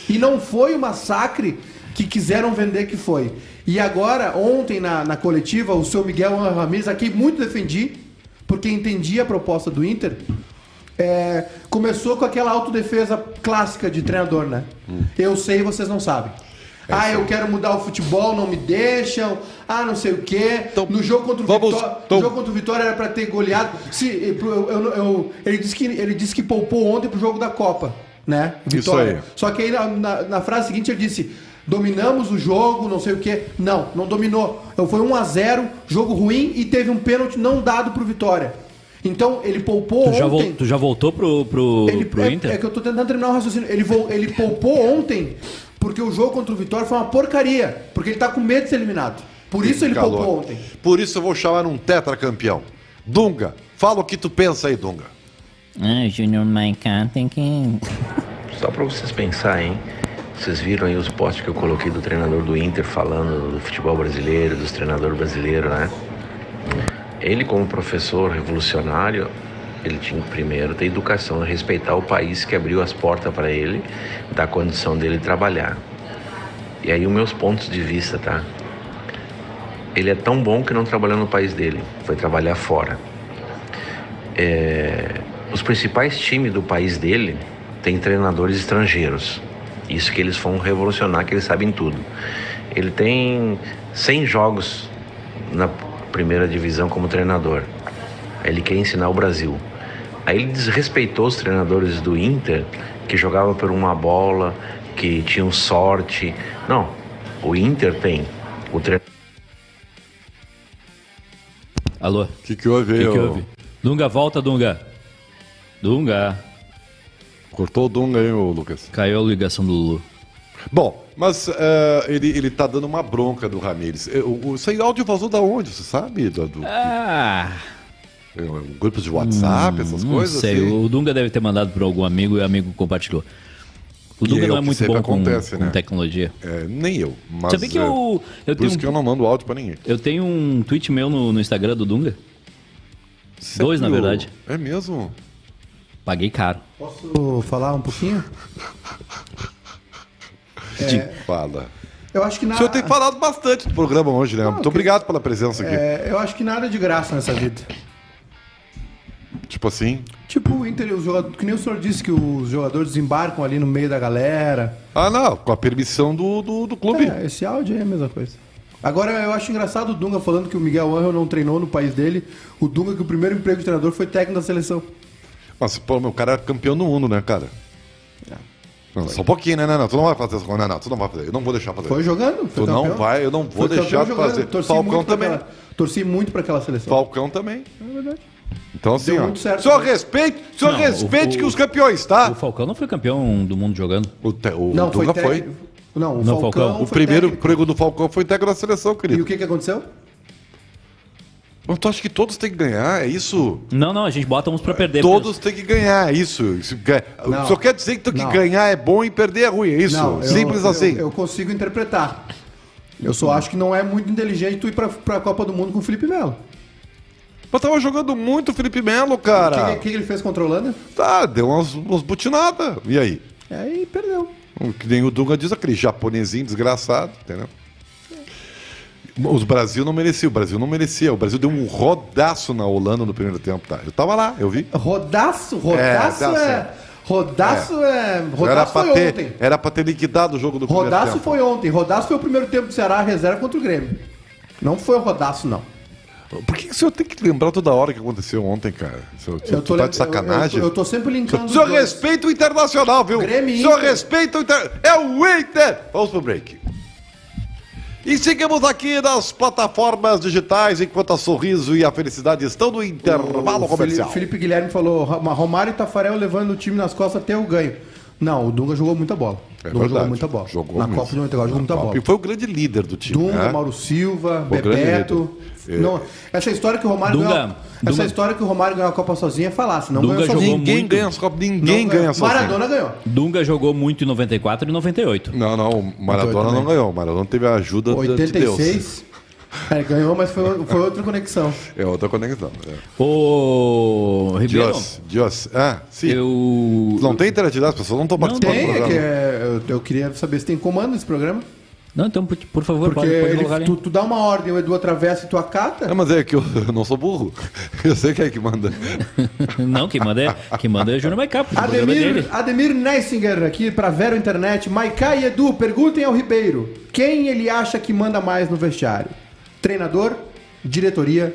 Speaker 2: E não foi o massacre que quiseram vender que foi. E agora, ontem na, na coletiva, o seu Miguel Ramírez, aqui muito defendi, porque entendi a proposta do Inter, é, começou com aquela autodefesa clássica de treinador, né?
Speaker 1: Hum.
Speaker 2: Eu sei, vocês não sabem.
Speaker 1: É
Speaker 2: ah, eu quero mudar o futebol, não me deixam. Ah, não sei o quê.
Speaker 1: Então,
Speaker 2: no jogo contra o
Speaker 1: vamos-
Speaker 2: Vitória,
Speaker 1: então-
Speaker 2: no jogo contra o Vitória era pra ter goleado. Se, eu- eu- eu- ele disse que ele disse que poupou ontem pro jogo da Copa, né? Vitória.
Speaker 1: aí.
Speaker 2: Só que aí na, na- na frase seguinte ele disse: dominamos o jogo, não sei o quê. Não, não dominou. Então, Foi 1 a 0 jogo ruim e teve um pênalti não dado pro Vitória. Então ele poupou
Speaker 3: Tu
Speaker 2: ontem.
Speaker 3: já, vol- tu já voltou pro, pro,
Speaker 2: ele,
Speaker 3: pro
Speaker 2: é,
Speaker 3: Inter?
Speaker 2: é que eu tô tentando terminar o raciocínio. Ele, vol- ele poupou ontem porque o jogo contra o Vitória foi uma porcaria. Porque ele tá com medo de ser eliminado. Por isso ele
Speaker 1: Calor.
Speaker 2: poupou ontem.
Speaker 1: Por isso eu vou chamar um tetracampeão. Dunga, fala o que tu pensa aí, Dunga.
Speaker 5: Ah, Junior Maiká tem que
Speaker 6: Só pra vocês pensarem, hein? Vocês viram aí os posts que eu coloquei do treinador do Inter falando do futebol brasileiro, dos treinadores brasileiros, né? Ele, como professor revolucionário, ele tinha que primeiro ter educação, respeitar o país que abriu as portas para ele, dar condição dele trabalhar. E aí, os meus pontos de vista, tá? Ele é tão bom que não trabalhou no país dele, foi trabalhar fora. É, os principais times do país dele têm treinadores estrangeiros. Isso que eles vão revolucionar, que eles sabem tudo. Ele tem 100 jogos na primeira divisão como treinador. Aí Ele quer ensinar o Brasil. Aí ele desrespeitou os treinadores do Inter, que jogavam por uma bola, que tinham sorte. Não, o Inter tem. O treinador.
Speaker 3: Alô?
Speaker 1: O
Speaker 3: O
Speaker 1: que, que houve aí?
Speaker 3: que, que
Speaker 1: ô?
Speaker 3: houve? Dunga, volta, Dunga. Dunga.
Speaker 1: Cortou o Dunga aí, ô Lucas.
Speaker 3: Caiu a ligação do Lulu.
Speaker 1: Bom, mas eh, ele, ele tá dando uma bronca do Ramires. Eh, O, o, isso aí, áudio vazou da onde? Você sabe? É, Da- Do,
Speaker 3: Ah,
Speaker 1: eh, Grupos de WhatsApp, essas
Speaker 2: Hum,
Speaker 3: não
Speaker 1: coisas?
Speaker 3: sei.
Speaker 1: assim?
Speaker 3: O Dunga deve ter mandado para algum amigo e o amigo compartilhou. O
Speaker 1: E
Speaker 3: Dunga
Speaker 1: é o
Speaker 3: não é
Speaker 1: que
Speaker 3: muito
Speaker 1: sempre
Speaker 3: bom com,
Speaker 1: acontece,
Speaker 3: com
Speaker 1: né?
Speaker 3: tecnologia.
Speaker 1: É, nem eu. Mas,
Speaker 3: Sabia que
Speaker 1: eh,
Speaker 3: eu,
Speaker 1: por
Speaker 3: eu, tenho,
Speaker 1: isso
Speaker 3: um-
Speaker 1: que eu não mando áudio pra ninguém.
Speaker 3: eu tenho um tweet meu no, no Instagram do Dunga. Dois, na
Speaker 1: Sério?
Speaker 3: verdade.
Speaker 1: É mesmo?
Speaker 3: Paguei caro.
Speaker 2: Posso falar um pouquinho? É.
Speaker 1: Te Fala.
Speaker 2: Eu acho que
Speaker 1: O
Speaker 2: nada.
Speaker 1: senhor tem falado bastante do programa hoje, né? Muito
Speaker 2: que-
Speaker 1: obrigado pela presença aqui.
Speaker 2: Ah, é, eu acho que nada é de graça nessa vida.
Speaker 1: Tipo assim.
Speaker 2: Tipo, o Inter, os jogadores, que nem o senhor disse que os jogadores desembarcam ali no meio da galera.
Speaker 1: Ah, não, com a permissão do, do, do clube.
Speaker 2: É, esse áudio aí é a mesma coisa. Agora, eu acho engraçado o Dunga falando que o Miguel Angel não treinou no país dele. O Dunga, que o primeiro emprego de treinador foi técnico da seleção.
Speaker 1: Mas, pô, meu cara é campeão do mundo, né, cara?
Speaker 2: É.
Speaker 1: Não, só um pouquinho, né? Não, não, tu não vai fazer essa coisa. Não, não, tu não vai fazer. Eu não vou deixar fazer.
Speaker 2: Foi jogando. Foi
Speaker 1: Tu não vai, eu não vou
Speaker 2: Foi campeão
Speaker 1: deixar de
Speaker 2: jogando.
Speaker 1: fazer.
Speaker 2: Torci
Speaker 1: Falcão
Speaker 2: muito pra
Speaker 1: também.
Speaker 2: aquela- torci muito pra aquela seleção.
Speaker 1: Falcão também. É verdade. Então, assim,
Speaker 2: Deu
Speaker 1: ó.
Speaker 2: muito certo,
Speaker 1: só
Speaker 2: né?
Speaker 1: respeite, só
Speaker 3: Não,
Speaker 1: respeite
Speaker 3: o-
Speaker 1: que os campeões, tá?
Speaker 3: O Falcão não foi campeão do mundo jogando.
Speaker 1: O, te- o
Speaker 2: Não, foi,
Speaker 1: Dunga foi.
Speaker 2: técnico. Não, o
Speaker 3: Não,
Speaker 2: Falcão,
Speaker 3: Falcão.
Speaker 2: foi
Speaker 1: O primeiro
Speaker 2: técnico.
Speaker 1: emprego do Falcão foi técnico da seleção,
Speaker 2: E
Speaker 1: querido.
Speaker 2: o que, que aconteceu?
Speaker 1: Mas tu acha que todos têm que ganhar? É isso?
Speaker 3: Não, não, a gente bota uns pra perder.
Speaker 1: Todos têm que ganhar, é isso. Isso quer-
Speaker 2: Não.
Speaker 1: Só quer dizer que tu que
Speaker 2: Não.
Speaker 1: ganhar é bom e perder é ruim, é isso.
Speaker 2: Não, eu-
Speaker 1: Simples
Speaker 2: eu-
Speaker 1: assim.
Speaker 2: Eu, consigo interpretar. Eu só acho que não é muito inteligente tu ir pra, pra Copa do Mundo com o Felipe Melo.
Speaker 1: Mas tava jogando muito o Felipe Melo,
Speaker 2: O que,
Speaker 1: cara.
Speaker 2: é que- que ele fez contra a Holanda?
Speaker 1: Tá, deu umas, umas butinadas. E aí?
Speaker 2: Aí perdeu.
Speaker 1: O Que nem o Dunga diz, aquele japonesinho desgraçado, entendeu? Os Brasil não merecia, o Brasil não merecia. O Brasil deu um rodaço na Holanda no primeiro tempo, tá? Eu tava lá, eu vi.
Speaker 2: Rodaço, rodaço
Speaker 1: É, dá
Speaker 2: é.
Speaker 1: certo.
Speaker 2: Rodaço é.
Speaker 1: era,
Speaker 2: Rodaço
Speaker 1: pra
Speaker 2: foi
Speaker 1: ter,
Speaker 2: ontem.
Speaker 1: era pra ter liquidado o jogo do primeiro
Speaker 2: Rodaço
Speaker 1: tempo.
Speaker 2: foi ontem. Rodaço foi o primeiro tempo do Ceará, reserva contra o Grêmio. Não foi o rodaço, não.
Speaker 1: Por que, que o senhor tem que lembrar toda hora o que aconteceu ontem, cara? O senhor, o senhor tá
Speaker 2: lem-
Speaker 1: de sacanagem?
Speaker 2: Eu, eu tô sempre linkando.
Speaker 1: O
Speaker 2: os
Speaker 1: senhor
Speaker 2: Então, dois.
Speaker 1: respeita o internacional, viu?
Speaker 2: Grêmio e
Speaker 1: o senhor
Speaker 2: Inter.
Speaker 1: respeita o Inter. É o Inter! Vamos pro break. E seguimos aqui nas plataformas digitais, enquanto a sorriso e a felicidade estão no intervalo
Speaker 2: O
Speaker 1: comercial.
Speaker 2: Felipe, Felipe Guilherme falou: "Roma- Romário e Tafarel levando o time nas costas até o ganho. Não, o Dunga jogou muita bola.
Speaker 1: É
Speaker 2: Dunga jogou
Speaker 1: verdade.
Speaker 2: muita bola.
Speaker 1: Jogou
Speaker 2: Na
Speaker 1: mesmo.
Speaker 2: Copa de 94 jogou muita
Speaker 1: Copa.
Speaker 2: bola.
Speaker 1: E foi o grande líder do time.
Speaker 2: Dunga,
Speaker 1: né?
Speaker 2: Mauro Silva,
Speaker 1: grande
Speaker 2: Bebeto.
Speaker 1: líder. É.
Speaker 2: Não, essa história que o Romário
Speaker 3: Dunga,
Speaker 2: ganhou, essa
Speaker 3: Dunga-
Speaker 2: história que o Romário ganhou a Copa sozinho é falácia, não
Speaker 3: Dunga
Speaker 2: ganhou sozinho.
Speaker 3: jogou
Speaker 1: Ninguém
Speaker 3: muito.
Speaker 1: ganha as Copas, ninguém
Speaker 2: Não é.
Speaker 1: ganha sozinho.
Speaker 2: Maradona ganhou.
Speaker 3: Dunga jogou muito em 94 e 98.
Speaker 1: Não, não, o Maradona não
Speaker 2: também.
Speaker 1: ganhou. O Maradona teve a ajuda de- de Deus.
Speaker 2: 86. É, ganhou, mas foi, foi outra conexão.
Speaker 1: É outra conexão. É.
Speaker 3: Ô, Ribeiro,
Speaker 1: Dios, Dios. Ah, sim.
Speaker 3: eu...
Speaker 1: Não tem interatividade, as pessoas não estão participando
Speaker 2: Tem,
Speaker 1: do
Speaker 2: é
Speaker 1: programa.
Speaker 2: que é, eu, eu queria saber se tem comando nesse programa.
Speaker 3: Não, então, por, por favor,
Speaker 2: Porque
Speaker 3: pode, pode colocar
Speaker 2: ele,
Speaker 3: ali.
Speaker 2: tu, tu dá uma ordem, o Edu atravessa e tu
Speaker 1: É,
Speaker 2: acata.
Speaker 1: mas é que eu, eu não sou burro. <laughs> Eu sei quem é que manda.
Speaker 3: Não, quem manda é, quem manda é o Júnior Maicá, porque o programa é
Speaker 2: Ademir,
Speaker 3: dele.
Speaker 2: Ademir Neisinger aqui pra Vero Internet. Maiká e Edu, perguntem ao Ribeiro quem ele acha que manda mais no vestiário: treinador, diretoria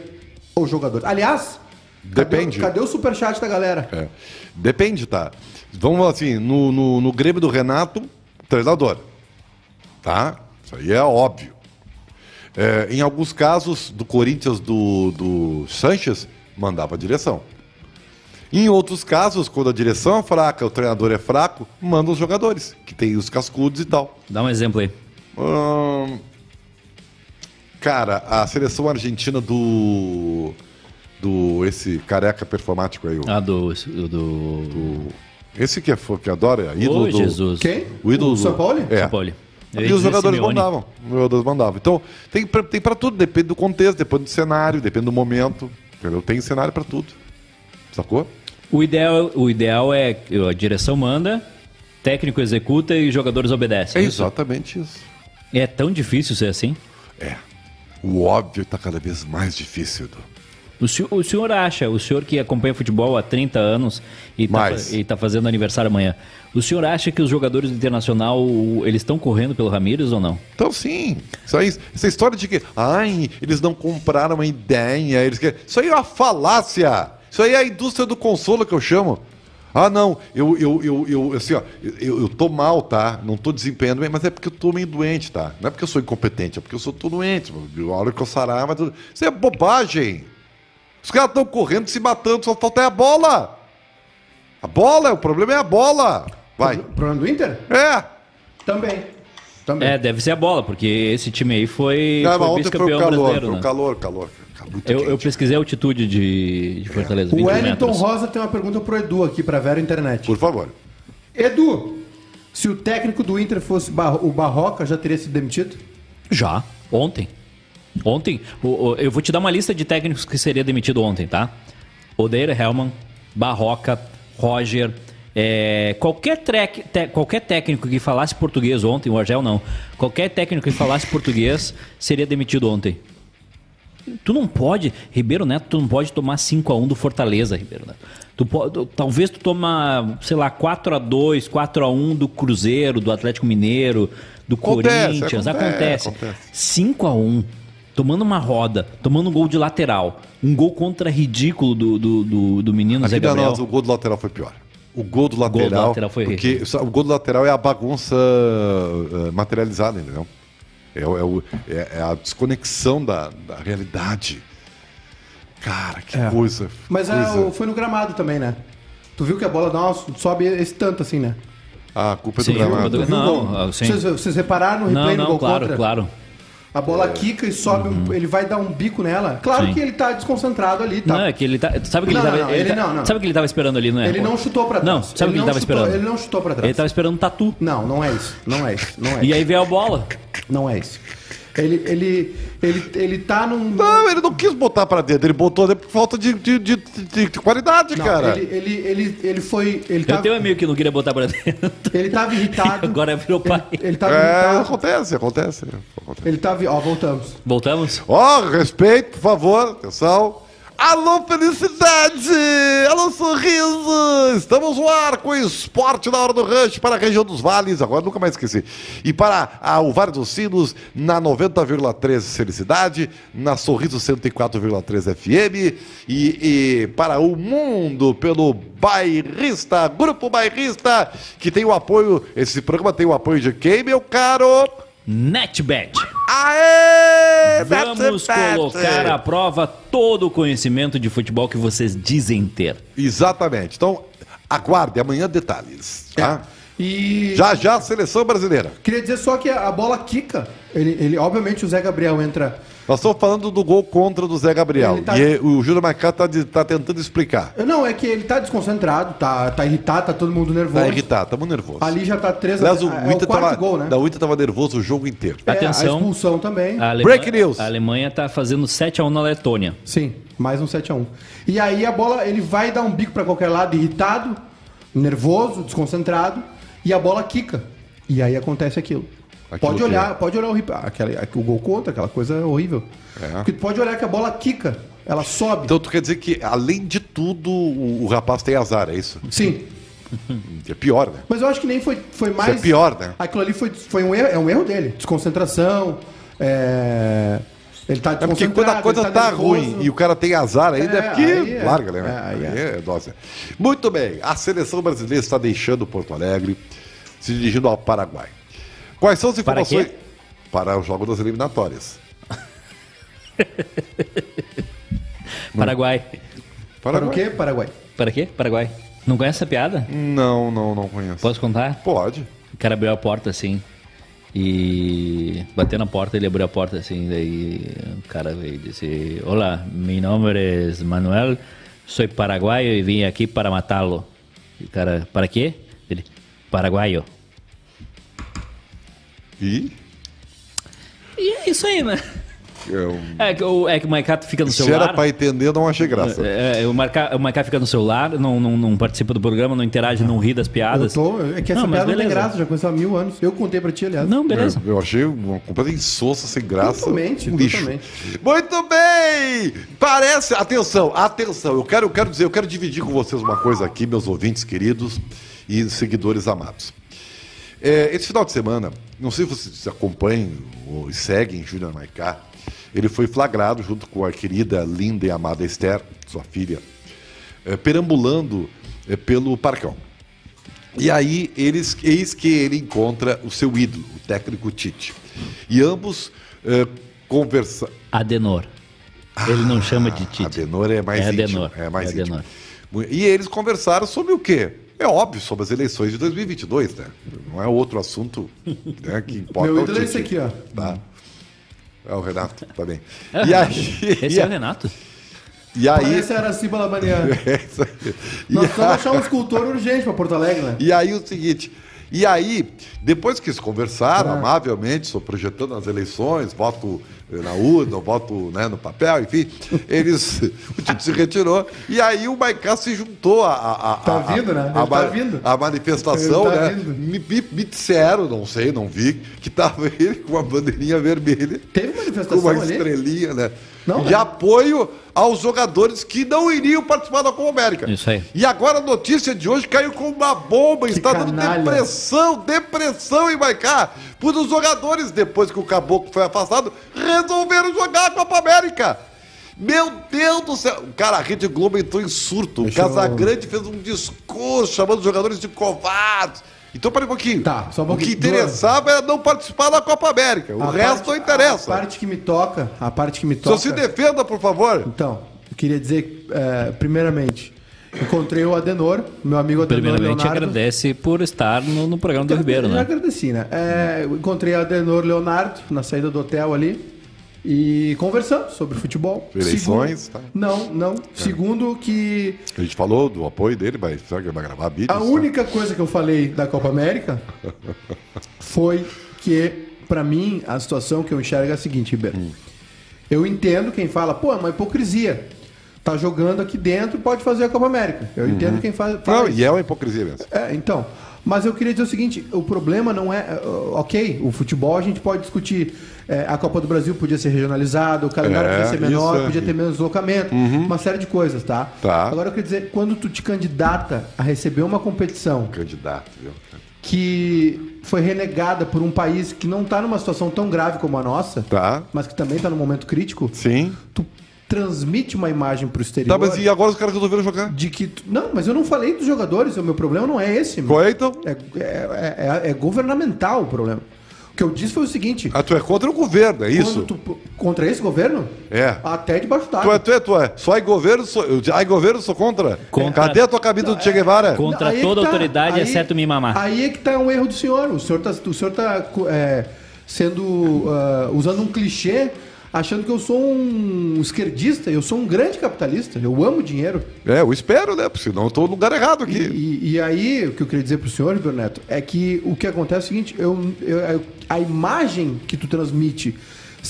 Speaker 2: ou jogador? Aliás,
Speaker 1: Depende.
Speaker 2: Cadê, o- cadê o superchat da galera?
Speaker 1: É. Depende, tá? Vamos assim, no, no, no Grêmio do Renato, treinador. Tá? Isso aí é óbvio. É, em alguns casos, do Corinthians do, do Sanches, mandava a direção. Em outros casos, quando a direção é fraca, o treinador é fraco, manda os jogadores, que tem os cascudos e tal.
Speaker 3: Dá um exemplo aí.
Speaker 1: Ahn, cara, a seleção argentina do. Do. Esse careca performático aí. o-
Speaker 3: Ah, do... do...
Speaker 1: Esse que é fã, que adora, é
Speaker 3: Ô,
Speaker 1: ídolo do.
Speaker 3: Jesus.
Speaker 2: Quem?
Speaker 1: O ídolo
Speaker 2: São Paulo?
Speaker 1: É.
Speaker 3: São Paulo. Eu ia
Speaker 1: e os
Speaker 3: dizer
Speaker 1: jogadores
Speaker 3: Simeone.
Speaker 1: mandavam. Os jogadores mandavam. Então, tem pra, tem pra tudo, depende do contexto, depende do cenário, depende do momento. Entendeu? Tem cenário pra tudo. Sacou?
Speaker 3: O ideal, o ideal é que a direção manda, técnico executa e jogadores obedecem.
Speaker 1: É exatamente isso.
Speaker 3: É tão difícil ser assim?
Speaker 1: É. O óbvio tá cada vez mais difícil, Edu.
Speaker 3: O senhor, o senhor acha, o senhor que acompanha futebol há 30 anos e tá,
Speaker 1: Mais.
Speaker 3: fa- e tá fazendo aniversário amanhã, o senhor acha que os jogadores do Internacional, o- eles estão correndo pelo Ramírez ou não?
Speaker 1: Então sim, isso aí, essa história de que, ai, eles não compraram a ideia, eles querem... isso aí é uma falácia, isso aí é a indústria do consolo que eu chamo. Ah não, eu, eu, eu, eu assim, ó, eu- eu, eu tô mal, tá? Não tô desempenhando bem, mas é porque eu tô meio doente, tá? Não é porque eu sou incompetente, é porque eu sou tô doente, a hora que eu sarar, mas tudo... isso é bobagem. Os caras estão correndo, se matando, só falta é a bola. A bola, o problema é a bola. Vai.
Speaker 2: O problema do Inter?
Speaker 1: É.
Speaker 2: Também. Também.
Speaker 3: É, deve ser a bola, porque esse time aí foi,
Speaker 1: Ah, mas
Speaker 3: foi
Speaker 1: ontem foi
Speaker 3: vice-campeão
Speaker 1: o calor,
Speaker 3: brasileiro.
Speaker 1: foi o
Speaker 3: né?
Speaker 1: calor, calor. Tá muito
Speaker 3: Eu, eu
Speaker 1: quente.
Speaker 3: pesquisei a altitude de, de Fortaleza,
Speaker 2: o
Speaker 3: 21
Speaker 2: Wellington
Speaker 3: metros.
Speaker 2: Rosa tem uma pergunta pro Edu aqui, pra Vera Internet.
Speaker 1: Por favor.
Speaker 2: Edu, se o técnico do Inter fosse Bar- o Barroca, já teria sido demitido?
Speaker 3: Já, ontem. Ontem, o- o- eu vou te dar uma lista de técnicos que seria demitido ontem, tá? Odeir Hellman, Barroca, Roger, é, qualquer, trec- te- qualquer técnico que falasse português ontem, o Argel não, qualquer técnico que falasse português seria demitido ontem. Tu não pode, Ribeiro Neto, tu não pode tomar 5 a 1 do Fortaleza, Ribeiro Neto. Tu pode, talvez tu toma, sei lá, 4 a 2, 4 a 1 do Cruzeiro, do Atlético Mineiro, do
Speaker 1: Acontece,
Speaker 3: Corinthians,
Speaker 1: acontece,
Speaker 3: acontece.
Speaker 1: acontece.
Speaker 3: 5 a 1, tomando uma roda, tomando um gol de lateral, um gol contra ridículo do do, do, do menino Zé
Speaker 1: Aqui da
Speaker 3: Gabriel.
Speaker 1: nós, o gol do lateral foi pior. O gol do
Speaker 3: do
Speaker 1: lateral.
Speaker 3: lateral foi
Speaker 1: Porque só- o gol do lateral é a bagunça eh, materializada, entendeu? É, o- é o- é- é a desconexão da, da realidade. Cara, que coisa.
Speaker 2: É. Mas ah,
Speaker 3: é.
Speaker 1: coisa.
Speaker 2: o- foi no gramado também, né? Tu viu que a bola dá uma, sobe esse tanto assim, né?
Speaker 1: Ah, a culpa é do
Speaker 3: Sim,
Speaker 1: gramado.
Speaker 3: culpa do-
Speaker 2: Tu viu o
Speaker 3: Não,
Speaker 2: gol?
Speaker 3: ah, sim.
Speaker 2: Vocês, vocês repararam no
Speaker 3: Não,
Speaker 2: replay no
Speaker 3: não,
Speaker 2: gol
Speaker 3: claro,
Speaker 2: contra?
Speaker 3: claro. É. Uhum.
Speaker 2: A bola quica e sobe, um- ele vai dar um bico nela. Claro
Speaker 3: Sim.
Speaker 2: que ele tá desconcentrado ali, tá?
Speaker 3: Não, é que ele tá, sabe que
Speaker 2: Não,
Speaker 3: ele tava,
Speaker 2: não, não,
Speaker 3: ele
Speaker 2: ele
Speaker 3: tá-
Speaker 2: não, não.
Speaker 3: sabe que ele tava esperando ali, não é?
Speaker 2: Ele não chutou pra trás.
Speaker 3: Não, sabe o que
Speaker 2: não
Speaker 3: ele tava
Speaker 2: chutou-
Speaker 3: esperando?
Speaker 2: Ele não chutou pra trás.
Speaker 3: Ele tava esperando um tatu.
Speaker 2: Não, não é isso. Não é isso. Não é
Speaker 3: <laughs> E
Speaker 2: isso.
Speaker 3: aí veio a bola.
Speaker 2: Não é isso. Ele, ele, ele, ele tá
Speaker 3: <laughs>
Speaker 2: num.
Speaker 1: Não, ele não quis botar pra dentro, ele botou dentro por falta de, de- de- de- de qualidade,
Speaker 2: Não,
Speaker 1: cara.
Speaker 2: Ele, ele, ele, ele foi. Ele
Speaker 3: Eu
Speaker 2: tava,
Speaker 3: tenho um amigo que não queria botar pra dentro. <laughs>
Speaker 2: ele tava irritado.
Speaker 3: Agora virou pai.
Speaker 2: Ele, ele tava
Speaker 1: É,
Speaker 2: irritado.
Speaker 1: acontece, acontece.
Speaker 3: É.
Speaker 1: acontece.
Speaker 2: Ele tava. Ó, voltamos.
Speaker 3: Voltamos?
Speaker 1: Ó, respeito, por favor, atenção. Alô, felicidade! Alô, sorriso! Estamos no ar com o esporte na hora do rush para a região dos vales, agora nunca mais esqueci. E para a- o Vale dos Sinos, na 90,3 Felicidade, na Sorriso 104,3 FM e, e para o mundo pelo Bairrista, Grupo Bairrista, que tem o apoio, esse programa tem o apoio de quem, meu caro?
Speaker 3: NetBet.
Speaker 1: Aê!
Speaker 3: Vamos
Speaker 1: That's it,
Speaker 3: colocar à
Speaker 1: that's it.
Speaker 3: prova todo o conhecimento de futebol que vocês dizem ter.
Speaker 1: Exatamente. Então, aguarde amanhã detalhes.
Speaker 2: É.
Speaker 1: Tá?
Speaker 2: E.
Speaker 1: Já já a seleção brasileira.
Speaker 2: Queria dizer só que a a bola quica. Ele, ele, obviamente o Zé Gabriel entra.
Speaker 1: Nós estamos falando do gol contra do Zé Gabriel.
Speaker 2: Ele tá-
Speaker 1: E o Júlio Macá está tá tentando explicar.
Speaker 2: Não, é que ele tá desconcentrado, tá, tá irritado, tá todo mundo nervoso.
Speaker 1: Tá irritado, estamos nervoso.
Speaker 2: Ali já tá 3
Speaker 1: Aliás, o
Speaker 2: é o
Speaker 1: Inter
Speaker 2: quarto
Speaker 1: tava,
Speaker 2: gol, né?
Speaker 1: da Inter tava nervoso o jogo inteiro.
Speaker 2: É,
Speaker 3: Atenção. Ah.
Speaker 2: A expulsão também.
Speaker 3: A Alemanha,
Speaker 1: Break news.
Speaker 3: A Alemanha tá fazendo 7x1 na Letônia.
Speaker 2: Sim, mais um 7x1. E aí a bola, ele vai dar um bico pra qualquer lado, irritado, nervoso, desconcentrado, e a bola quica. E aí acontece aquilo.
Speaker 1: Aquilo
Speaker 2: pode
Speaker 1: que
Speaker 2: olhar,
Speaker 1: é.
Speaker 2: pode olhar o, rip- aquela, o gol contra, aquela coisa horrível.
Speaker 1: É.
Speaker 2: Porque tu pode olhar que a bola quica, ela sobe.
Speaker 1: Então tu quer dizer que, além de tudo, o, o rapaz tem azar, é isso?
Speaker 2: Sim.
Speaker 1: É pior, né?
Speaker 2: Mas eu acho que nem foi, foi mais.
Speaker 1: é pior, né?
Speaker 2: Aquilo ali foi, foi um erro, é um erro dele. Desconcentração. É... Ele tá
Speaker 1: É porque
Speaker 2: desconcentrado.
Speaker 1: quando a coisa
Speaker 2: ele
Speaker 1: tá, ruim e o cara tem azar ainda, é,
Speaker 2: É,
Speaker 1: porque
Speaker 2: aí é.
Speaker 1: larga, né?
Speaker 2: É, aí é.
Speaker 1: Aí é dose. Muito bem, a seleção brasileira está deixando Porto Alegre, se dirigindo ao Paraguai. Quais são as
Speaker 3: Para
Speaker 1: informações
Speaker 3: quê?
Speaker 1: para o jogo das eliminatórias? Hum.
Speaker 3: Paraguai.
Speaker 2: Para o quê? Paraguai.
Speaker 3: Para quê? Paraguai. Não conhece essa piada?
Speaker 1: Não, não, não conheço.
Speaker 3: Posso contar?
Speaker 1: Pode.
Speaker 3: O cara abriu a porta assim. E bateu na porta, ele abriu a porta assim, daí o cara veio e disse: Olá, meu nome é Manuel, sou paraguaio e vim aqui para matá-lo. E o cara, para quê? Ele, paraguaio.
Speaker 1: E
Speaker 3: E é isso aí, né?
Speaker 1: eu,
Speaker 3: É que o, é que o Maicato fica no
Speaker 1: se
Speaker 3: celular.
Speaker 1: era pra entender, eu não achei graça.
Speaker 3: É, é, o, Marca, o Maiká fica no celular, não, não, não participa do programa, não interage, não ri das
Speaker 2: Eu
Speaker 3: piadas.
Speaker 2: tô, é que essa
Speaker 3: Não, mas
Speaker 2: piada não tem
Speaker 3: beleza.
Speaker 2: graça, É. já conheceu há mil anos. Eu contei pra ti, aliás.
Speaker 3: Não, beleza.
Speaker 1: É, Eu achei uma completa insossa, sem graça.
Speaker 2: Totalmente,
Speaker 1: um lixo.
Speaker 2: totalmente.
Speaker 1: Muito bem! Parece. Atenção, atenção. Eu quero, eu quero dizer, eu quero dividir com vocês uma coisa aqui, meus ouvintes queridos e seguidores amados. É, esse final de semana, não sei se vocês acompanham ou seguem Júnior Maicá, ele foi flagrado junto com a querida, linda e amada Esther, sua filha, é, perambulando é, pelo parcão. E aí, eles, eis que ele encontra o seu ídolo, o técnico Tite. E ambos é, conversa,
Speaker 3: Adenor.
Speaker 2: Ah,
Speaker 3: Ele não chama de
Speaker 1: a
Speaker 3: Tite.
Speaker 1: Adenor é mais
Speaker 3: É
Speaker 1: íntimo.
Speaker 3: Adenor,
Speaker 1: É mais
Speaker 3: é
Speaker 1: íntimo.
Speaker 3: Adenor.
Speaker 1: Mu- E eles conversaram sobre o quê? É óbvio, sobre as eleições de 2022, né? Não é outro assunto né,
Speaker 2: <laughs>
Speaker 1: que importa.
Speaker 2: Meu
Speaker 1: ao
Speaker 2: ídolo é
Speaker 1: Tite.
Speaker 2: esse aqui, ó.
Speaker 1: Tá. É o Renato, tá
Speaker 3: <laughs>
Speaker 1: bem. E aí...
Speaker 3: Ah, Esse
Speaker 1: e,
Speaker 3: é o
Speaker 1: a-
Speaker 2: <laughs>
Speaker 3: Renato.
Speaker 1: e aí...
Speaker 2: Essa era a Ciba Labaniana.
Speaker 1: <laughs> É isso aí. <laughs> E
Speaker 2: Nós
Speaker 1: a-
Speaker 2: precisamos achar um escultor urgente pra Porto Alegre, né?
Speaker 1: E aí o seguinte, e aí, depois que eles conversaram
Speaker 2: É.
Speaker 1: amavelmente, só projetando as eleições, voto eh, na urna, voto né, no papel, enfim, eles. <laughs> O Tito se retirou. E aí o Maicá se juntou à. à- à-
Speaker 2: Tá
Speaker 1: à-
Speaker 2: vindo, né?
Speaker 1: à
Speaker 2: Ele tá
Speaker 1: ma-
Speaker 2: vindo.
Speaker 1: à manifestação,
Speaker 2: Ele tá
Speaker 1: né?
Speaker 2: vindo.
Speaker 1: Me, me- me disseram, não sei, não vi, que tava <laughs> ele com uma bandeirinha vermelha.
Speaker 2: Teve
Speaker 1: Com
Speaker 2: manifestação
Speaker 1: uma
Speaker 2: ali?
Speaker 1: estrelinha, né?
Speaker 2: Não,
Speaker 1: de
Speaker 2: né?
Speaker 1: apoio aos jogadores que não iriam participar da Copa América.
Speaker 3: Isso aí.
Speaker 1: E agora a notícia de hoje caiu como uma bomba. Está dando
Speaker 2: canalha.
Speaker 1: depressão, depressão em Maicá. Por os jogadores, depois que o Caboclo foi afastado, resolveram jogar a Copa América. Meu Deus do céu! Cara, a Rede Globo entrou em surto. O
Speaker 2: Deixa eu-
Speaker 1: Casagrande fez um discurso chamando os jogadores de covardes. Então, peraí um pouquinho.
Speaker 2: Tá, só um
Speaker 1: O que
Speaker 2: pouquinho.
Speaker 1: interessava era não participar da Copa América. O
Speaker 2: A
Speaker 1: resto
Speaker 2: parte-
Speaker 1: não interessa.
Speaker 2: A parte que me toca, a parte que me
Speaker 1: Só
Speaker 2: toca.
Speaker 1: se defenda, por favor.
Speaker 2: Então, eu queria dizer, eh, primeiramente, encontrei o Adenor, meu amigo Adenor
Speaker 3: Primeiramente,
Speaker 2: Leonardo.
Speaker 3: agradece por estar no, no programa do Ribeiro,
Speaker 2: Eu já
Speaker 3: né?
Speaker 2: agradeci, né? É, eu encontrei a Adenor Leonardo na saída do hotel ali e conversamos sobre futebol.
Speaker 1: Eleições,
Speaker 2: Segundo-
Speaker 1: tá.
Speaker 2: Não, não. Segundo que
Speaker 1: A gente falou do apoio dele, mas será que ele vai gravar vídeo?
Speaker 2: a única coisa que eu falei da Copa América foi que, pra mim, a situação que eu enxergo é a seguinte, Ribeiro.
Speaker 1: Hum.
Speaker 2: Eu entendo quem fala, pô, é uma hipocrisia. Tá jogando aqui dentro, pode fazer a Copa América. Eu entendo quem fa- fala.
Speaker 1: Uhum. Não,
Speaker 2: isso.
Speaker 1: e é uma hipocrisia mesmo.
Speaker 2: É, então. Mas eu queria dizer o seguinte: o problema não é. eh, Ok, o futebol a gente pode discutir. eh, a Copa do Brasil podia ser regionalizada, o calendário
Speaker 1: É,
Speaker 2: podia ser menor,
Speaker 1: isso é. Uhum.
Speaker 2: podia ter menos deslocamento, uma série de coisas, tá?
Speaker 1: Tá.
Speaker 2: Agora eu queria dizer: quando tu te candidata a receber uma competição
Speaker 1: Candidato, viu?
Speaker 2: que foi renegada por um país que não tá numa situação tão grave como a nossa,
Speaker 1: Tá.
Speaker 2: mas que também tá num momento crítico,
Speaker 1: Sim.
Speaker 2: tu transmite uma imagem pro exterior.
Speaker 1: Tá, mas e agora os caras resolveram jogar?
Speaker 2: De que. tu- Não, mas eu não falei dos jogadores, o meu problema não é esse. meu.
Speaker 1: Qual é então?
Speaker 2: É, é- é- é governamental o problema. O que eu disse foi o seguinte:
Speaker 1: Ah, tu é contra o governo, é isso?
Speaker 2: quando tu, contra esse governo?
Speaker 1: É.
Speaker 2: Até debaixo d'água.
Speaker 1: Tu é, tu é, tu é. Só ai governo, sou. eu- Ai governo, sou contra.
Speaker 3: Contra-
Speaker 1: Cadê a tua camisa do Che Guevara?
Speaker 3: Contra-
Speaker 2: Aí é que
Speaker 3: toda autoridade, exceto me mamar.
Speaker 2: Aí é que tá um erro do senhor. O senhor tá, o senhor tá co- é, sendo. ah, usando um clichê, achando que eu sou um esquerdista, eu sou um grande capitalista, eu amo dinheiro.
Speaker 1: É, eu espero, né? Porque senão eu tô no lugar errado
Speaker 2: E,
Speaker 1: aqui.
Speaker 2: e- e aí, o que eu queria dizer pro senhor, Ribeiro Neto, é que o que acontece é o seguinte, eu, eu- eu- a imagem que tu transmite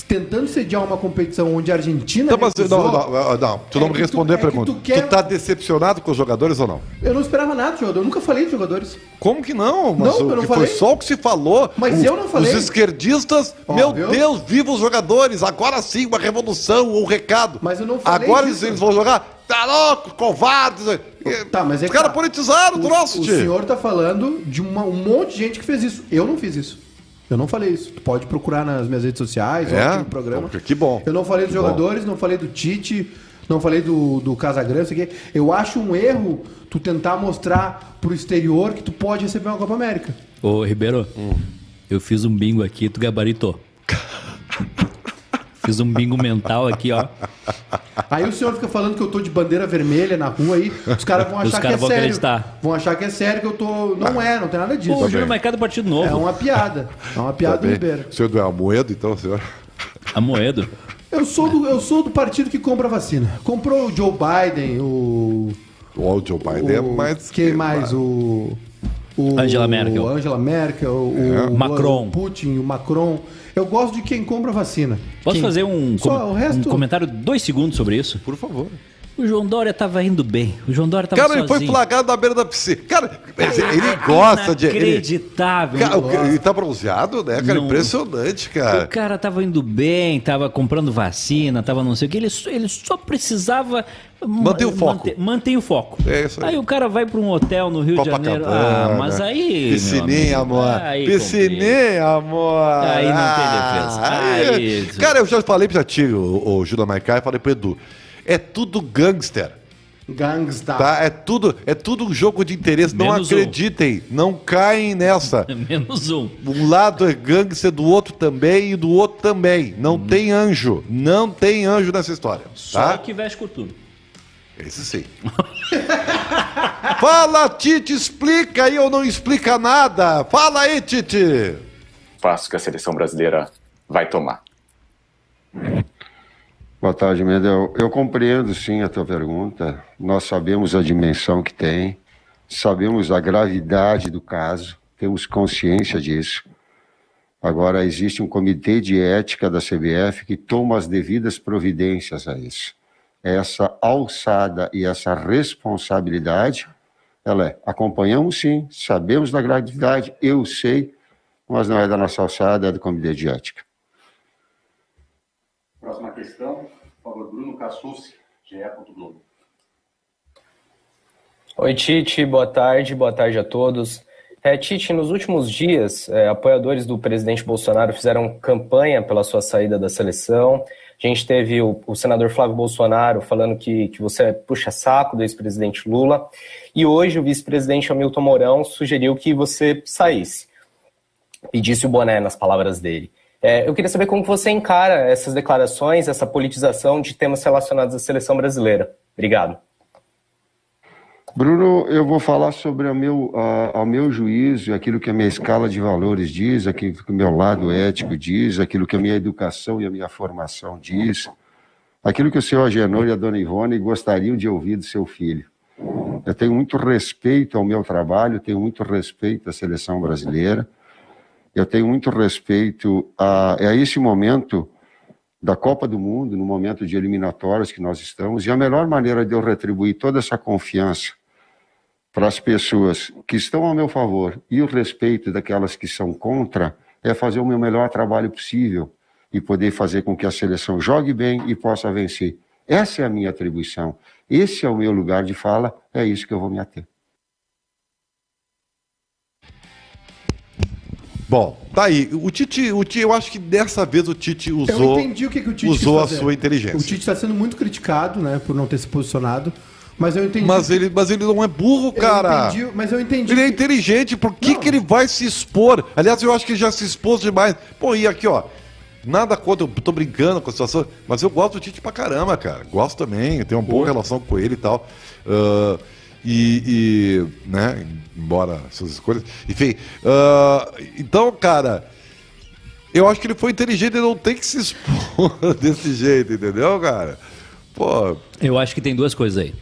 Speaker 2: tentando sediar uma competição onde a Argentina
Speaker 1: Tá, mas,
Speaker 2: recusou,
Speaker 1: não, não, não, tu não
Speaker 2: É
Speaker 1: me
Speaker 2: que tu-
Speaker 1: respondeu
Speaker 2: é
Speaker 1: a
Speaker 2: que
Speaker 1: pergunta.
Speaker 2: tu
Speaker 1: Tu,
Speaker 2: quer-
Speaker 1: tá decepcionado com os jogadores ou não?
Speaker 2: eu não esperava nada, jogador, eu nunca falei de jogadores.
Speaker 1: Como que não?
Speaker 2: Não, eu
Speaker 1: o
Speaker 2: não
Speaker 1: que
Speaker 2: falei.
Speaker 1: foi só o que se falou.
Speaker 2: Mas
Speaker 1: O-
Speaker 2: eu não falei.
Speaker 1: Os esquerdistas,
Speaker 2: Ó,
Speaker 1: meu
Speaker 2: viu?
Speaker 1: Deus, viva os jogadores. Agora sim, uma revolução, um recado.
Speaker 2: Mas eu não falei
Speaker 1: Agora
Speaker 2: disso.
Speaker 1: eles vão jogar. Tá louco, covardes. eh,
Speaker 2: Tá, mas é
Speaker 1: os
Speaker 2: que
Speaker 1: caras
Speaker 2: tá.
Speaker 1: politizaram o troço,
Speaker 2: O
Speaker 1: tio.
Speaker 2: senhor tá falando de uma- um monte de gente que fez isso. Eu não fiz isso. Eu não falei isso. Tu pode procurar nas minhas redes sociais, ou
Speaker 1: É?
Speaker 2: aqui no programa.
Speaker 1: Pô, que bom.
Speaker 2: Eu não falei dos
Speaker 1: Que bom.
Speaker 2: jogadores, não falei do Tite, não falei do, do Casagrande, sei o quê. Eu acho um erro tu tentar mostrar pro exterior que tu pode receber uma Copa América.
Speaker 3: Ô, Ribeiro,
Speaker 2: Hum.
Speaker 3: eu fiz um bingo aqui, tu gabaritou. fiz um bingo mental aqui, ó.
Speaker 2: Tá Aí o senhor fica falando que eu tô de bandeira vermelha na rua aí, os caras vão
Speaker 3: <laughs> Os
Speaker 2: achar que é
Speaker 3: caras vão
Speaker 2: sério.
Speaker 3: acreditar.
Speaker 2: Vão achar que é sério que eu tô. Não
Speaker 1: Ah.
Speaker 2: é, não tem nada disso.
Speaker 3: Pô, o Júnior Mercado Partido Novo.
Speaker 2: É uma piada. É uma piada do
Speaker 1: Tá Bem,
Speaker 2: Ribeiro.
Speaker 1: O senhor não é Almoedo, então, senhor?
Speaker 3: Amoedo.
Speaker 2: Eu sou, do, eu sou do partido que compra vacina. Comprou o Joe Biden, o.
Speaker 1: O Joe Biden é
Speaker 2: o-
Speaker 1: mais...
Speaker 2: Quem mais? O. o
Speaker 3: Angela Merkel.
Speaker 2: o Angela Merkel,
Speaker 1: É.
Speaker 2: o, o-
Speaker 3: Macron.
Speaker 2: o Putin, o Macron. Eu gosto de quem compra vacina.
Speaker 3: Posso
Speaker 2: Quem-
Speaker 3: fazer um,
Speaker 2: Só
Speaker 3: com-
Speaker 2: o resto-
Speaker 3: um comentário de dois segundos sobre isso?
Speaker 1: Por favor.
Speaker 3: O João Dória tava indo bem. O João Dória tava
Speaker 1: Cara, ele foi
Speaker 3: sozinho.
Speaker 1: flagrado na beira da piscina. Cara, ele, ele
Speaker 3: É
Speaker 1: gosta de. Ele,
Speaker 3: Inacreditável.
Speaker 1: cara, o- ele tá bronzeado, né, cara?
Speaker 3: Não.
Speaker 1: Impressionante,
Speaker 3: O
Speaker 1: cara.
Speaker 3: cara tava indo bem, tava comprando vacina, tava não sei o que. Ele, só- ele só precisava.
Speaker 1: Manter o foco.
Speaker 3: Mante- Mantém o foco.
Speaker 1: É isso aí.
Speaker 3: o cara vai pra um hotel no Rio de Janeiro. Ah, mas aí.
Speaker 1: Piscininha,
Speaker 3: meu amigo,
Speaker 1: amor.
Speaker 3: aí complica.
Speaker 1: Piscininha, amor.
Speaker 3: Aí não tem
Speaker 1: Ah,
Speaker 3: defesa. Aí-
Speaker 1: Cara, eu já falei pra ti, o, o Júlio Maicá, eu falei pro Edu. É tudo gangster.
Speaker 3: um
Speaker 2: Gangsta.
Speaker 1: Tá? É tudo, é tudo um jogo de interesse. Não
Speaker 3: Ah. Menos um.
Speaker 1: acreditem, não caem nessa.
Speaker 3: <laughs> Menos um.
Speaker 1: Um lado é gangster do outro também e do outro também. Não tem anjo. Não tem anjo nessa história.
Speaker 3: Hum. Só
Speaker 1: Tá?
Speaker 3: o que veste coturno.
Speaker 1: Esse sim. Fala, Tite, explica aí ou não explica nada. Fala aí, Tite.
Speaker 7: passo que a seleção brasileira vai tomar.
Speaker 8: Boa tarde, Mendel. Eu compreendo sim a tua pergunta. Nós sabemos a dimensão que tem, sabemos a gravidade do caso, temos consciência disso. Agora, existe um comitê de ética da CBF que toma as devidas providências a isso. Essa alçada e essa responsabilidade, ela é, acompanhamos sim, sabemos da gravidade, eu sei, mas não é da nossa alçada, é do comitê de ética.
Speaker 9: Próxima questão, por favor, Bruno Kassovski, GE. Globo.
Speaker 10: Oi, Tite, boa tarde, boa tarde a todos. É, Tite, nos últimos dias, é, apoiadores do presidente Bolsonaro fizeram campanha pela sua saída da seleção. A gente teve o, o senador Flávio Bolsonaro falando que, que você é puxa-saco do ex-presidente Lula. E hoje o vice-presidente Hamilton Mourão sugeriu que você saísse, pedisse o boné nas palavras dele. É, eu queria saber como que você encara essas declarações, essa politização de temas relacionados à seleção brasileira. Obrigado.
Speaker 8: Bruno, eu vou falar sobre o meu, a- ao meu juízo, aquilo que a minha escala de valores diz, aquilo que o meu lado ético diz, aquilo que a minha educação e a minha formação diz, aquilo que o senhor Agenor e a dona Ivone gostariam de ouvir do seu filho. Eu tenho muito respeito ao meu trabalho, tenho muito respeito à seleção brasileira, eu tenho muito respeito a, a esse momento da Copa do Mundo, no momento de eliminatórias que nós estamos, e a melhor maneira de eu retribuir toda essa confiança para as pessoas que estão ao meu favor e o respeito daquelas que são contra é fazer o meu melhor trabalho possível e poder fazer com que a seleção jogue bem e possa vencer. Essa é a minha atribuição, esse é o meu lugar de fala, é isso que eu vou me ater.
Speaker 1: Bom, tá aí. O Tite, o Tite, eu acho que dessa vez o Tite
Speaker 2: Eu
Speaker 1: usou.
Speaker 2: entendi o que, que o Tite quis
Speaker 1: usou a
Speaker 2: fazer.
Speaker 1: sua inteligência.
Speaker 2: O Tite está sendo muito criticado, né, por não ter se posicionado. Mas eu entendi.
Speaker 1: Mas ele, mas ele não é burro,
Speaker 2: eu
Speaker 1: cara.
Speaker 2: entendi- mas eu entendi.
Speaker 1: Ele é
Speaker 2: que-
Speaker 1: inteligente, por que,
Speaker 2: Não.
Speaker 1: que ele vai se expor? Aliás, eu acho que ele já se expôs demais. Pô, e aqui, ó. Nada contra, eu tô brincando com a situação, mas eu gosto do Tite pra caramba, cara. Gosto também, eu tenho uma boa relação com ele e tal. Ah, e, e, né, embora suas escolhas. Enfim, ah, então, cara, eu acho que ele foi inteligente, ele não tem que se expor <laughs> desse jeito, entendeu, cara? Pô,
Speaker 3: Eu acho que tem duas coisas aí.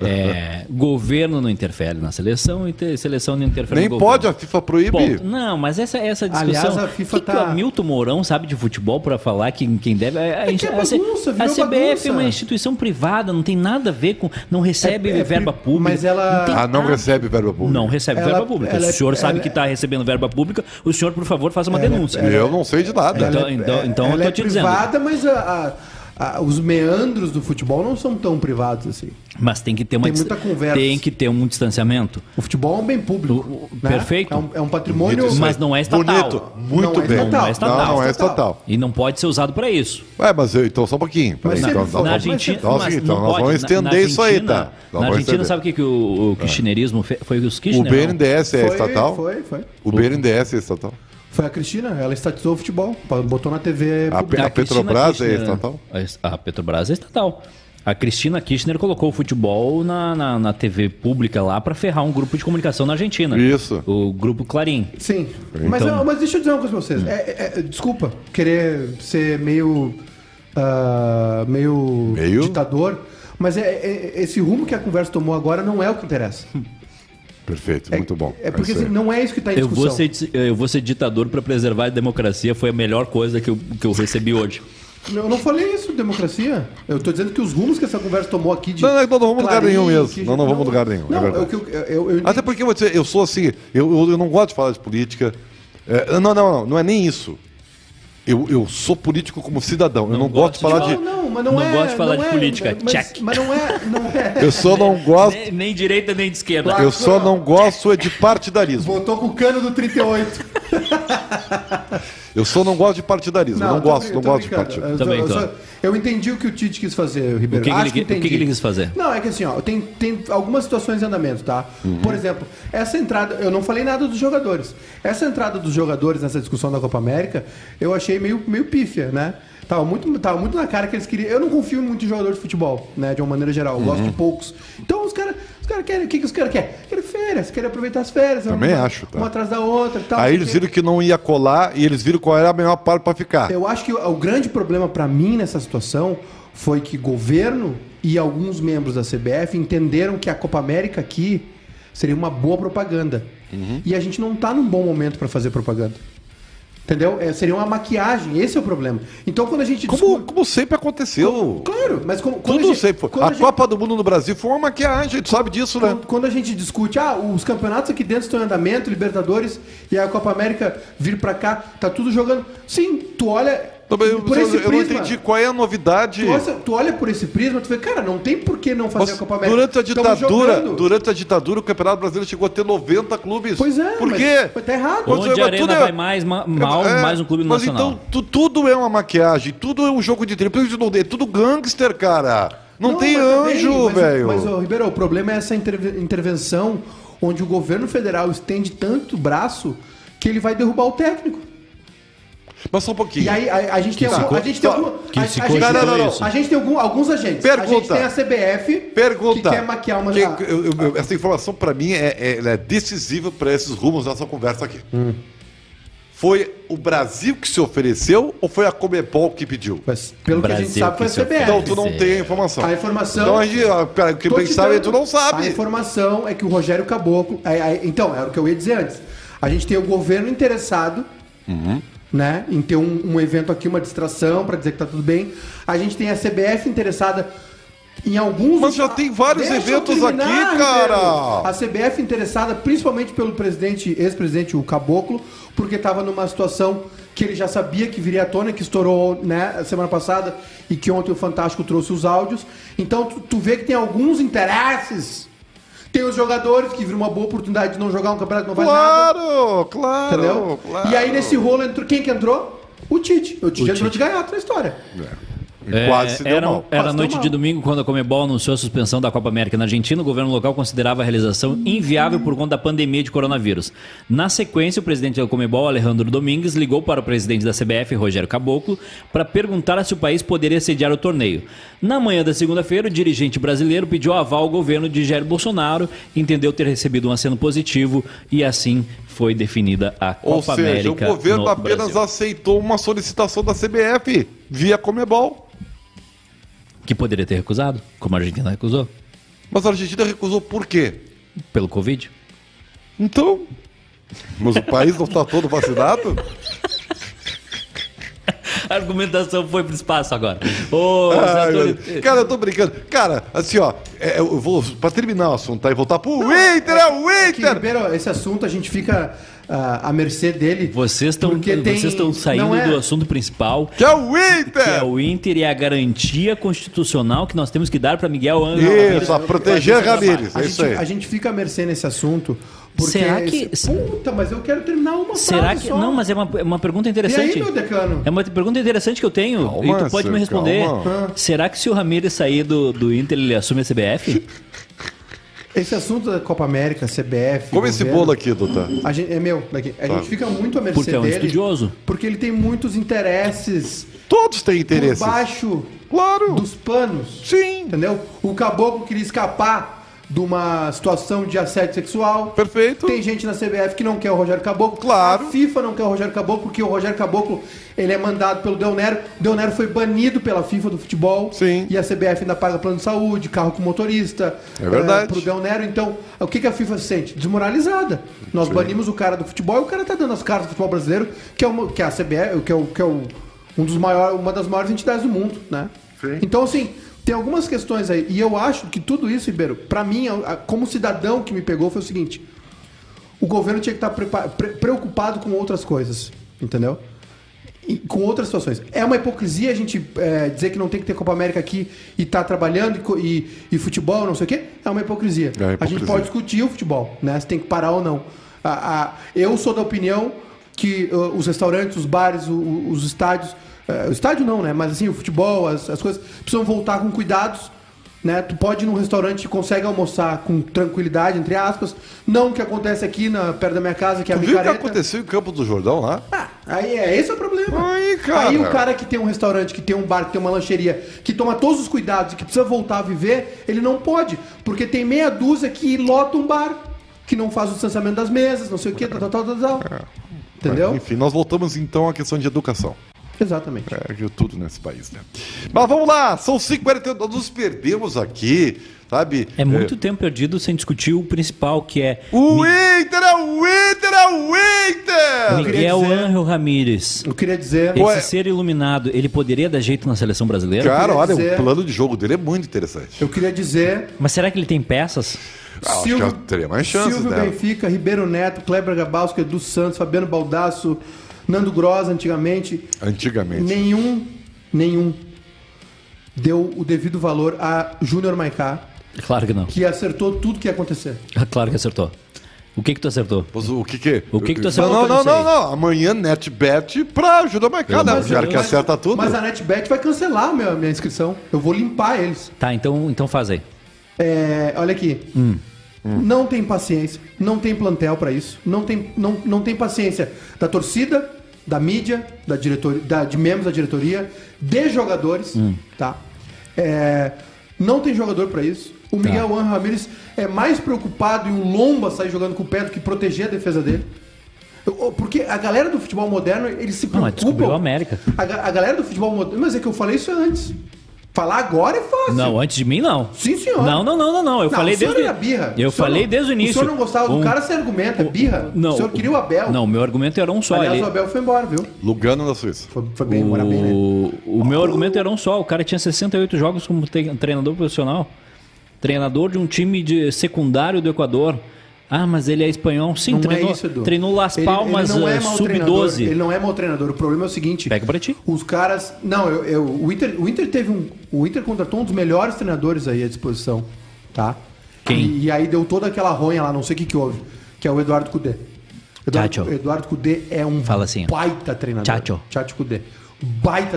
Speaker 3: É, governo não interfere na seleção e te- seleção não interfere
Speaker 1: nem
Speaker 3: no
Speaker 1: pode,
Speaker 3: governo.
Speaker 1: a FIFA proíbe.
Speaker 3: Ponto. Não, mas essa, essa discussão.
Speaker 2: Aliás, a FIFA
Speaker 3: O que que
Speaker 2: tá-
Speaker 3: o Hamilton Mourão sabe de futebol para falar que quem deve. A, a,
Speaker 2: É que é
Speaker 3: a C-
Speaker 2: bagunça,
Speaker 3: a
Speaker 2: virou
Speaker 3: CBF
Speaker 2: bagunça.
Speaker 3: é uma instituição privada, não tem nada a ver com. Não recebe
Speaker 2: É- é
Speaker 3: verba
Speaker 2: pri-
Speaker 3: pública.
Speaker 2: mas ela-
Speaker 3: tem
Speaker 1: Ah, não
Speaker 3: nada.
Speaker 1: recebe verba pública.
Speaker 3: Não recebe
Speaker 2: Ela-
Speaker 3: verba pública.
Speaker 2: ela- é-
Speaker 3: o senhor sabe
Speaker 2: ela- É,
Speaker 3: que está recebendo verba pública, o senhor, por favor, faça uma denúncia.
Speaker 1: Eu não sei de nada.
Speaker 3: É, Então-
Speaker 2: ela é-
Speaker 3: então- então
Speaker 2: ela
Speaker 3: eu tô
Speaker 2: é
Speaker 3: te dizendo.
Speaker 2: privada, mas a- a- a- os meandros do futebol não são tão privados assim.
Speaker 3: Mas tem que ter uma
Speaker 2: Tem
Speaker 3: dis-
Speaker 2: muita conversa.
Speaker 3: Tem que ter um distanciamento.
Speaker 2: O futebol é um bem público. né?
Speaker 3: perfeito.
Speaker 2: É um, é um patrimônio.
Speaker 1: Bonito isso
Speaker 3: Mas não é estatal.
Speaker 1: Bonito, muito
Speaker 2: Não é
Speaker 1: bem.
Speaker 2: estatal.
Speaker 1: Não, não é estatal.
Speaker 3: E não pode ser usado para isso.
Speaker 1: Ué, mas eu- então só um pouquinho.
Speaker 2: Mas
Speaker 1: Peraí,
Speaker 2: se
Speaker 1: então,
Speaker 2: ele
Speaker 1: nós vamos-
Speaker 2: for-
Speaker 3: na
Speaker 2: Não, né?
Speaker 3: Argentina,
Speaker 1: então é o
Speaker 3: mas
Speaker 1: seguinte,
Speaker 3: não
Speaker 1: então nós
Speaker 3: pode.
Speaker 1: vamos
Speaker 3: Na-
Speaker 1: estender
Speaker 3: na
Speaker 1: isso aí,
Speaker 3: Argentina-
Speaker 1: tá? Nós
Speaker 3: na
Speaker 1: vamos
Speaker 3: Argentina,
Speaker 1: estender.
Speaker 3: sabe o que, que o, o kirchnerismo fez? Foi os
Speaker 1: O
Speaker 3: Kirchner. né, não?
Speaker 1: BNDES é
Speaker 2: Foi-
Speaker 1: estatal?
Speaker 2: Foi, foi.
Speaker 1: O BNDES é estatal?
Speaker 2: Foi a Cristina, ela estatizou o futebol, botou na TV.
Speaker 1: A
Speaker 2: pública.
Speaker 1: pe-
Speaker 3: A Cristina
Speaker 1: Petrobras é
Speaker 3: Kirchner-
Speaker 1: estatal?
Speaker 3: A Petrobras é estatal. A Cristina Kirchner colocou o futebol na, na, na TV pública lá para ferrar um grupo de comunicação na Argentina.
Speaker 1: Isso.
Speaker 3: O grupo Clarim.
Speaker 2: Sim. Mas,
Speaker 3: Então-
Speaker 2: ah, mas deixa eu dizer uma coisa pra
Speaker 1: Hum.
Speaker 2: vocês. É- é- é, desculpa, querer ser meio. ah, meio,
Speaker 1: Meio?
Speaker 3: Hum.
Speaker 2: ditador. Mas é, é- é- esse rumo que a conversa tomou agora não é o que interessa.
Speaker 1: Perfeito, muito bom.
Speaker 2: É porque
Speaker 1: isso aí.
Speaker 2: assim, não é isso que está em
Speaker 3: Eu
Speaker 2: discussão.
Speaker 3: vou, ser, di- eu vou ser ditador para preservar a democracia, foi a melhor coisa que eu, que eu recebi hoje.
Speaker 2: Eu não falei isso, democracia. Eu tô dizendo que os rumos que essa conversa tomou aqui de.
Speaker 1: Não, é não, não vamos lugar
Speaker 2: Clarim,
Speaker 1: nenhum
Speaker 2: que-
Speaker 1: mesmo. Não, não vamos lugar nenhum. é
Speaker 2: Não, é
Speaker 1: verdade.
Speaker 2: o que eu, eu, eu-
Speaker 1: Até porque eu vou dizer, eu sou assim, eu, eu, eu não gosto de falar de política. É, não, não, não, não é nem isso. Eu, eu sou político como cidadão. Eu não, gosto de falar de.
Speaker 2: Não, mas não,
Speaker 3: Não
Speaker 2: é.
Speaker 3: gosto de falar de política,
Speaker 2: Mas,
Speaker 3: check.
Speaker 2: mas não é. Não é.
Speaker 1: Eu só não
Speaker 3: <laughs>
Speaker 1: gosto.
Speaker 3: Nem, nem direita, nem de esquerda.
Speaker 1: Eu só não gosto é de partidarismo.
Speaker 2: Voltou com o cano do 38.
Speaker 1: Eu só não gosto de partidarismo. eu não
Speaker 2: tô
Speaker 1: gosto,
Speaker 2: brin-
Speaker 1: não
Speaker 2: tô
Speaker 1: gosto de
Speaker 2: brincando.
Speaker 1: partido.
Speaker 2: Eu, tô-
Speaker 3: Também
Speaker 2: eu
Speaker 3: tô.
Speaker 2: só- eu entendi o que o Tite quis fazer,
Speaker 3: O
Speaker 2: Ribeiro.
Speaker 3: que, que
Speaker 2: Acho
Speaker 3: ele, o que que
Speaker 2: entendi.
Speaker 3: ele quis fazer?
Speaker 2: Não, é que assim, ó, tem, tem algumas situações em andamento, tá?
Speaker 3: Uhum.
Speaker 2: Por exemplo, essa entrada, eu não falei nada dos jogadores. Essa entrada dos jogadores nessa discussão da Copa América, eu achei meio, meio pífia, né? Tava muito, tava muito na cara que eles queriam. Eu não confio muito em jogador de futebol, né? De uma maneira geral. Eu
Speaker 3: Uhum.
Speaker 2: gosto de poucos. Então os caras os cara querem. O que, que os caras querem? Querem férias, querem aproveitar as férias.
Speaker 1: Também
Speaker 2: uma,
Speaker 1: acho, tá?
Speaker 2: Uma atrás da outra e tal.
Speaker 1: Aí
Speaker 2: não
Speaker 1: eles
Speaker 2: sei o quê.
Speaker 1: viram que não ia colar e eles viram qual era a melhor parte pra ficar.
Speaker 2: Eu acho que o o grande problema pra mim nessa situação foi que governo e alguns membros da CBF entenderam que a Copa América aqui seria uma boa propaganda.
Speaker 1: Uhum.
Speaker 2: E a gente não tá num bom momento pra fazer propaganda. Entendeu? É, seria uma maquiagem, esse é o problema. Então quando a gente
Speaker 1: Como, como sempre aconteceu.
Speaker 2: Claro, mas como, quando
Speaker 1: Tudo
Speaker 2: a gente,
Speaker 1: sempre foi.
Speaker 2: quando
Speaker 1: A,
Speaker 2: gente- Então,
Speaker 1: Copa é do Mundo no Brasil foi uma maquiagem, tu sabe disso, né?
Speaker 2: Quando, quando a gente discute, ah, os campeonatos aqui dentro estão em andamento, Libertadores e a Copa América vir pra cá, tá tudo jogando. Sim, tu olha
Speaker 1: Também, Então, eu, eu- eu não entendi qual é a novidade.
Speaker 2: Tu olha, tu olha por esse prisma, tu vê, cara, não tem por que não fazer
Speaker 1: Mas
Speaker 2: a Copa América.
Speaker 1: Durante a
Speaker 2: Estamos
Speaker 1: ditadura,
Speaker 2: jogando.
Speaker 1: durante a ditadura, o Campeonato Brasileiro chegou a ter 90 clubes.
Speaker 2: Pois é,
Speaker 1: Por
Speaker 2: mas-
Speaker 1: quê?
Speaker 2: mas tá errado.
Speaker 1: Mas- mas
Speaker 3: Onde a arena
Speaker 1: tudo é-
Speaker 3: vai mais ma- mal,
Speaker 1: É,
Speaker 3: mais um clube
Speaker 1: mas
Speaker 3: nacional.
Speaker 1: então, tu- tudo é uma maquiagem, tudo é um jogo de triplo, é tudo gangster, cara. Não, tem
Speaker 2: mas também,
Speaker 1: anjo,
Speaker 2: mas-
Speaker 1: velho.
Speaker 2: Mas, ô, Ribeiro, o problema é essa interve- intervenção onde o governo federal estende tanto o braço que ele vai derrubar o técnico.
Speaker 1: Mas só um pouquinho.
Speaker 2: E aí a, a gente tem
Speaker 1: se
Speaker 2: algum-
Speaker 1: co-
Speaker 2: a gente tem
Speaker 1: Tá.
Speaker 2: algum-
Speaker 1: Que
Speaker 2: a-
Speaker 1: se
Speaker 2: a gente-
Speaker 1: cogitou
Speaker 2: não, não, não,
Speaker 1: isso.
Speaker 2: A gente tem algum- alguns agentes. A gente
Speaker 1: Pergunta.
Speaker 2: tem a CBF
Speaker 1: Pergunta.
Speaker 2: que quer maquiar uma
Speaker 1: Quem-
Speaker 2: ah,
Speaker 1: eu- eu- eu- essa informação, pra mim, é, é- ela é decisiva pra esses rumos dessa conversa aqui.
Speaker 2: Hum.
Speaker 1: Foi o Brasil que se ofereceu ou foi a Comebol que pediu?
Speaker 2: mas Pelo que a gente
Speaker 3: Brasil
Speaker 2: sabe, foi a
Speaker 3: que se
Speaker 2: CBF.
Speaker 1: Então tu não
Speaker 3: É.
Speaker 1: tem a informação.
Speaker 2: É. A informação.
Speaker 1: Então a gente, ah, cara, o que
Speaker 2: Tô
Speaker 1: bem
Speaker 2: te
Speaker 1: sabe,
Speaker 2: dando.
Speaker 1: tu não
Speaker 2: A
Speaker 1: sabe.
Speaker 2: informação é que o Rogério Caboclo. é, é, então, era o que eu ia dizer antes. A gente tem o governo interessado.
Speaker 1: Uhum.
Speaker 2: Né? Em ter um, um evento aqui, uma distração, pra dizer que tá tudo bem. A gente tem a CBF interessada em alguns.
Speaker 1: Mas já tem vários
Speaker 2: Deixa eu
Speaker 1: eventos
Speaker 2: terminar,
Speaker 1: aqui,
Speaker 2: Ribeiro.
Speaker 1: cara.
Speaker 2: A CBF interessada principalmente pelo presidente, ex-presidente, o Caboclo, porque estava numa situação que ele já sabia que viria à tona, que estourou né, semana passada e que ontem o Fantástico trouxe os áudios. Então tu, tu vê que tem alguns interesses. Tem os jogadores que viram uma boa oportunidade de não jogar um campeonato, não vai nada.
Speaker 1: Claro, claro,
Speaker 2: Entendeu?
Speaker 1: claro.
Speaker 2: E aí nesse rolo entrou quem que entrou? O Tite. O Tite
Speaker 3: O
Speaker 2: entrou
Speaker 3: Tite.
Speaker 2: de gaiato na história.
Speaker 1: E Quase se deu
Speaker 3: É, era, um-
Speaker 1: mal.
Speaker 3: era
Speaker 2: Quase
Speaker 3: noite
Speaker 2: deu mal.
Speaker 3: de domingo quando a Comebol anunciou a suspensão da Copa América na Argentina. O governo local considerava a realização inviável por conta da pandemia de coronavírus. Na sequência, o presidente da Comebol, Alejandro Domingues, ligou para o presidente da CBF, Rogério Caboclo, para perguntar se o país poderia sediar o torneio. Na manhã da segunda-feira, o dirigente brasileiro pediu aval ao governo de Jair Bolsonaro, entendeu ter recebido um aceno positivo e assim foi definida a um Copa
Speaker 1: Ou seja,
Speaker 3: América.
Speaker 1: o governo
Speaker 3: no
Speaker 1: apenas
Speaker 3: Brasil.
Speaker 1: aceitou uma solicitação da CBF via Comebol.
Speaker 3: que poderia ter recusado, como a Argentina recusou,
Speaker 1: Mas a Argentina recusou por quê?
Speaker 3: pelo Covid.
Speaker 1: Então. Mas o país não está todo vacinado?
Speaker 3: A argumentação foi pro espaço agora. Ô, Zé
Speaker 1: Ai, meu
Speaker 3: Antônio, eh,
Speaker 1: Deus. cara, eu tô brincando. Cara, assim, ó, é, eu vou. Pra terminar o assunto tá? e voltar pro Inter, é o
Speaker 2: É que,
Speaker 1: Inter!
Speaker 2: Ribeiro, esse assunto a gente fica ah, à mercê dele.
Speaker 3: vocês estão
Speaker 2: porque tem-
Speaker 3: vocês estão saindo
Speaker 2: não é-
Speaker 3: do assunto principal,
Speaker 1: Que é o
Speaker 3: que é
Speaker 1: Inter!
Speaker 3: o Inter e a garantia constitucional que nós temos que dar para Miguel Angel.
Speaker 1: Isso, a proteger Ramírez,
Speaker 2: A
Speaker 1: é isso
Speaker 2: gente,
Speaker 1: aí.
Speaker 2: a gente fica à mercê nesse assunto. Porque é
Speaker 3: Será que-
Speaker 2: esse- Puta, mas eu quero terminar uma
Speaker 3: Será
Speaker 2: frase
Speaker 3: que
Speaker 2: só.
Speaker 3: não? Mas é uma, é uma
Speaker 2: E
Speaker 3: pergunta
Speaker 2: aí,
Speaker 3: interessante.
Speaker 2: meu decano?
Speaker 3: É uma pergunta interessante que eu tenho e
Speaker 1: Calma,
Speaker 3: tu pode
Speaker 1: seu,
Speaker 3: me responder.
Speaker 1: calma.
Speaker 3: Será que se o Ramírez sair do, do Inter ele assume a CBF?
Speaker 2: Esse assunto da Copa América, CBF...
Speaker 1: Como esse
Speaker 2: governo,
Speaker 1: bolo aqui, Tá. Duta.
Speaker 2: A gente, é meu, daqui. A gente fica muito à mercê
Speaker 3: Porque é um
Speaker 2: dele.
Speaker 3: estudioso.
Speaker 2: Porque ele tem muitos interesses
Speaker 1: Todos têm
Speaker 2: por
Speaker 1: interesse.
Speaker 2: baixo
Speaker 1: Claro!
Speaker 2: dos panos.
Speaker 1: Sim!
Speaker 2: Entendeu? O caboclo queria escapar de uma situação de assédio sexual.
Speaker 1: Perfeito.
Speaker 2: Tem gente na CBF que não quer o Rogério Caboclo.
Speaker 1: Claro.
Speaker 2: A FIFA não quer o Rogério Caboclo, porque o Rogério Caboclo ele é mandado pelo Del Nero. O Del Nero foi banido pela FIFA do futebol.
Speaker 1: Sim.
Speaker 2: E a CBF ainda paga plano de saúde, carro com motorista.
Speaker 1: É verdade.
Speaker 2: eh, pro Del Nero. Então, o que, que a FIFA se sente? Desmoralizada. Nós banimos o cara do futebol e o cara tá dando as caras do futebol brasileiro, que é, uma, que é a CBF, que é, o, que é o, um dos maior, uma das maiores entidades do mundo, né? Então, assim, tem algumas questões aí. E eu acho que tudo isso, Ribeiro, pra mim, a- a- como cidadão que me pegou, foi o seguinte: o governo tinha que estar prepa- pre- preocupado com outras coisas, entendeu? E com outras situações. É uma hipocrisia a gente é, dizer que não tem que ter Copa América aqui e tá trabalhando e co- e, e futebol, não sei o quê. É uma hipocrisia.
Speaker 1: É uma
Speaker 2: A
Speaker 1: hipocrisia.
Speaker 2: gente pode discutir o futebol, né? Se tem que parar ou não. A- a- eu sou da opinião que uh, os restaurantes, os bares, o- o- os estádios. eh, o estádio não, né? Mas assim, o futebol, as, as coisas precisam voltar com cuidados. Né? Tu pode ir num restaurante e consegue almoçar com tranquilidade, entre aspas. Não o que acontece aqui na, perto da minha casa, que é a
Speaker 1: Tu viu o que
Speaker 2: micareta.
Speaker 1: aconteceu em Campos do Jordão lá?
Speaker 2: Aí é esse é o problema.
Speaker 1: Aí, cara.
Speaker 2: Aí o cara que tem um restaurante, que tem um bar, que tem uma lancheria, que toma todos os cuidados e que precisa voltar a viver, ele não pode. Porque tem meia dúzia que lota um bar, que não faz o distanciamento das mesas, não sei o quê, tal, tal, tal, tal,
Speaker 1: É.
Speaker 2: tal. Entendeu?
Speaker 1: Enfim, nós voltamos então à questão de educação.
Speaker 2: Exatamente.
Speaker 1: É, viu tudo nesse país, né? Mas vamos lá, são 5h42, um, nos perdemos aqui, sabe?
Speaker 3: É muito tempo perdido sem discutir o principal, que é
Speaker 1: O Inter é o Inter, é o Inter!
Speaker 3: Miguel
Speaker 2: dizer-
Speaker 3: Ángel Ramírez.
Speaker 2: Eu queria dizer.
Speaker 3: Esse
Speaker 1: Ué.
Speaker 3: ser iluminado, ele poderia dar jeito na seleção brasileira?
Speaker 1: Cara, olha,
Speaker 2: dizer-
Speaker 1: o plano de jogo dele é muito interessante.
Speaker 2: Eu queria dizer.
Speaker 3: Mas será que ele tem peças?
Speaker 1: Ah, acho que eu teria mais chances,
Speaker 2: Silvio
Speaker 1: né?
Speaker 2: Benfica, Ribeiro Neto, Kleber Gabalski, Edu Santos, Fabiano Baldasso, Nando Gross, antigamente.
Speaker 1: Antigamente.
Speaker 2: Nenhum, nenhum deu o devido valor a Júnior Maicá,
Speaker 3: Claro que não. <laughs>
Speaker 2: que acertou tudo que ia acontecer.
Speaker 3: Claro que acertou. O que que tu acertou?
Speaker 1: Mas O que que...
Speaker 3: O que que tu
Speaker 1: não,
Speaker 3: acertou
Speaker 1: não, não,
Speaker 3: nisso
Speaker 1: não,
Speaker 3: aí?
Speaker 1: não. Amanhã NetBet pra ajudar a marcar, né? O cara que acerta tudo.
Speaker 2: Mas a NetBet vai cancelar a minha, minha inscrição. Eu vou limpar eles.
Speaker 3: Tá, então, então faz aí.
Speaker 2: É, olha aqui.
Speaker 3: Hum.
Speaker 2: Não tem paciência, não tem plantel pra isso, não tem, não, não tem paciência da torcida, da mídia, da diretor, da- de membros da diretoria, de jogadores,
Speaker 3: Hum.
Speaker 2: tá? É, não tem jogador pra isso. O
Speaker 3: Tá.
Speaker 2: Miguel Ángel Ramírez é mais preocupado em um lomba sair jogando com o pé do que proteger a defesa dele. Eu- eu- Porque a galera do futebol moderno, eles se
Speaker 3: Não, mas descobriu
Speaker 2: preocupam.
Speaker 3: a América.
Speaker 2: a, ga- a galera do futebol moderno. Mas é que eu falei isso antes. Falar agora é fácil.
Speaker 3: Não, antes de mim não.
Speaker 2: Sim, senhor.
Speaker 3: Não, não, não, não, não. Eu
Speaker 2: Não,
Speaker 3: falei
Speaker 2: o senhor
Speaker 3: desde
Speaker 2: era birra.
Speaker 3: Eu
Speaker 2: O senhor
Speaker 3: falei
Speaker 2: não-
Speaker 3: desde o início.
Speaker 2: O senhor não gostava
Speaker 3: Um-
Speaker 2: do cara, você argumenta, é birra.
Speaker 3: Não.
Speaker 2: O senhor queria o Abel.
Speaker 3: Não, meu argumento era um só.
Speaker 2: Aliás,
Speaker 3: ele-
Speaker 2: o Abel foi embora, viu?
Speaker 1: Lugano da Suíça.
Speaker 2: Foi, foi bem, embora bem, né? uh.
Speaker 3: O, o meu argumento era um só. O cara tinha 68 jogos como te- treinador profissional. Treinador de um time de secundário do Equador. Ah, mas ele é espanhol. Sim,
Speaker 2: Não
Speaker 3: treinou,
Speaker 2: é isso, Edu.
Speaker 3: treinou Las
Speaker 2: Ele-
Speaker 3: Palmas
Speaker 2: ele não é
Speaker 3: eh,
Speaker 2: mau treinador, Ele
Speaker 3: sub-12.
Speaker 2: não é mau treinador. O problema é o seguinte.
Speaker 3: Pega pra ti.
Speaker 2: Os caras. Não, eu, eu- o, Inter, o Inter teve um. O Inter contratou um dos melhores treinadores aí à disposição. Tá?
Speaker 3: Quem?
Speaker 2: E, e aí deu toda aquela ronha lá, não sei o que, que houve. Que é o Eduardo Cudê.
Speaker 3: Tchau,
Speaker 2: Eduardo,
Speaker 3: tchau.
Speaker 2: Eduardo Cudê é um
Speaker 3: Fala assim, ó.
Speaker 2: baita treinador.
Speaker 3: Tchau, tchau.
Speaker 2: Tchatcho Cudê. Baita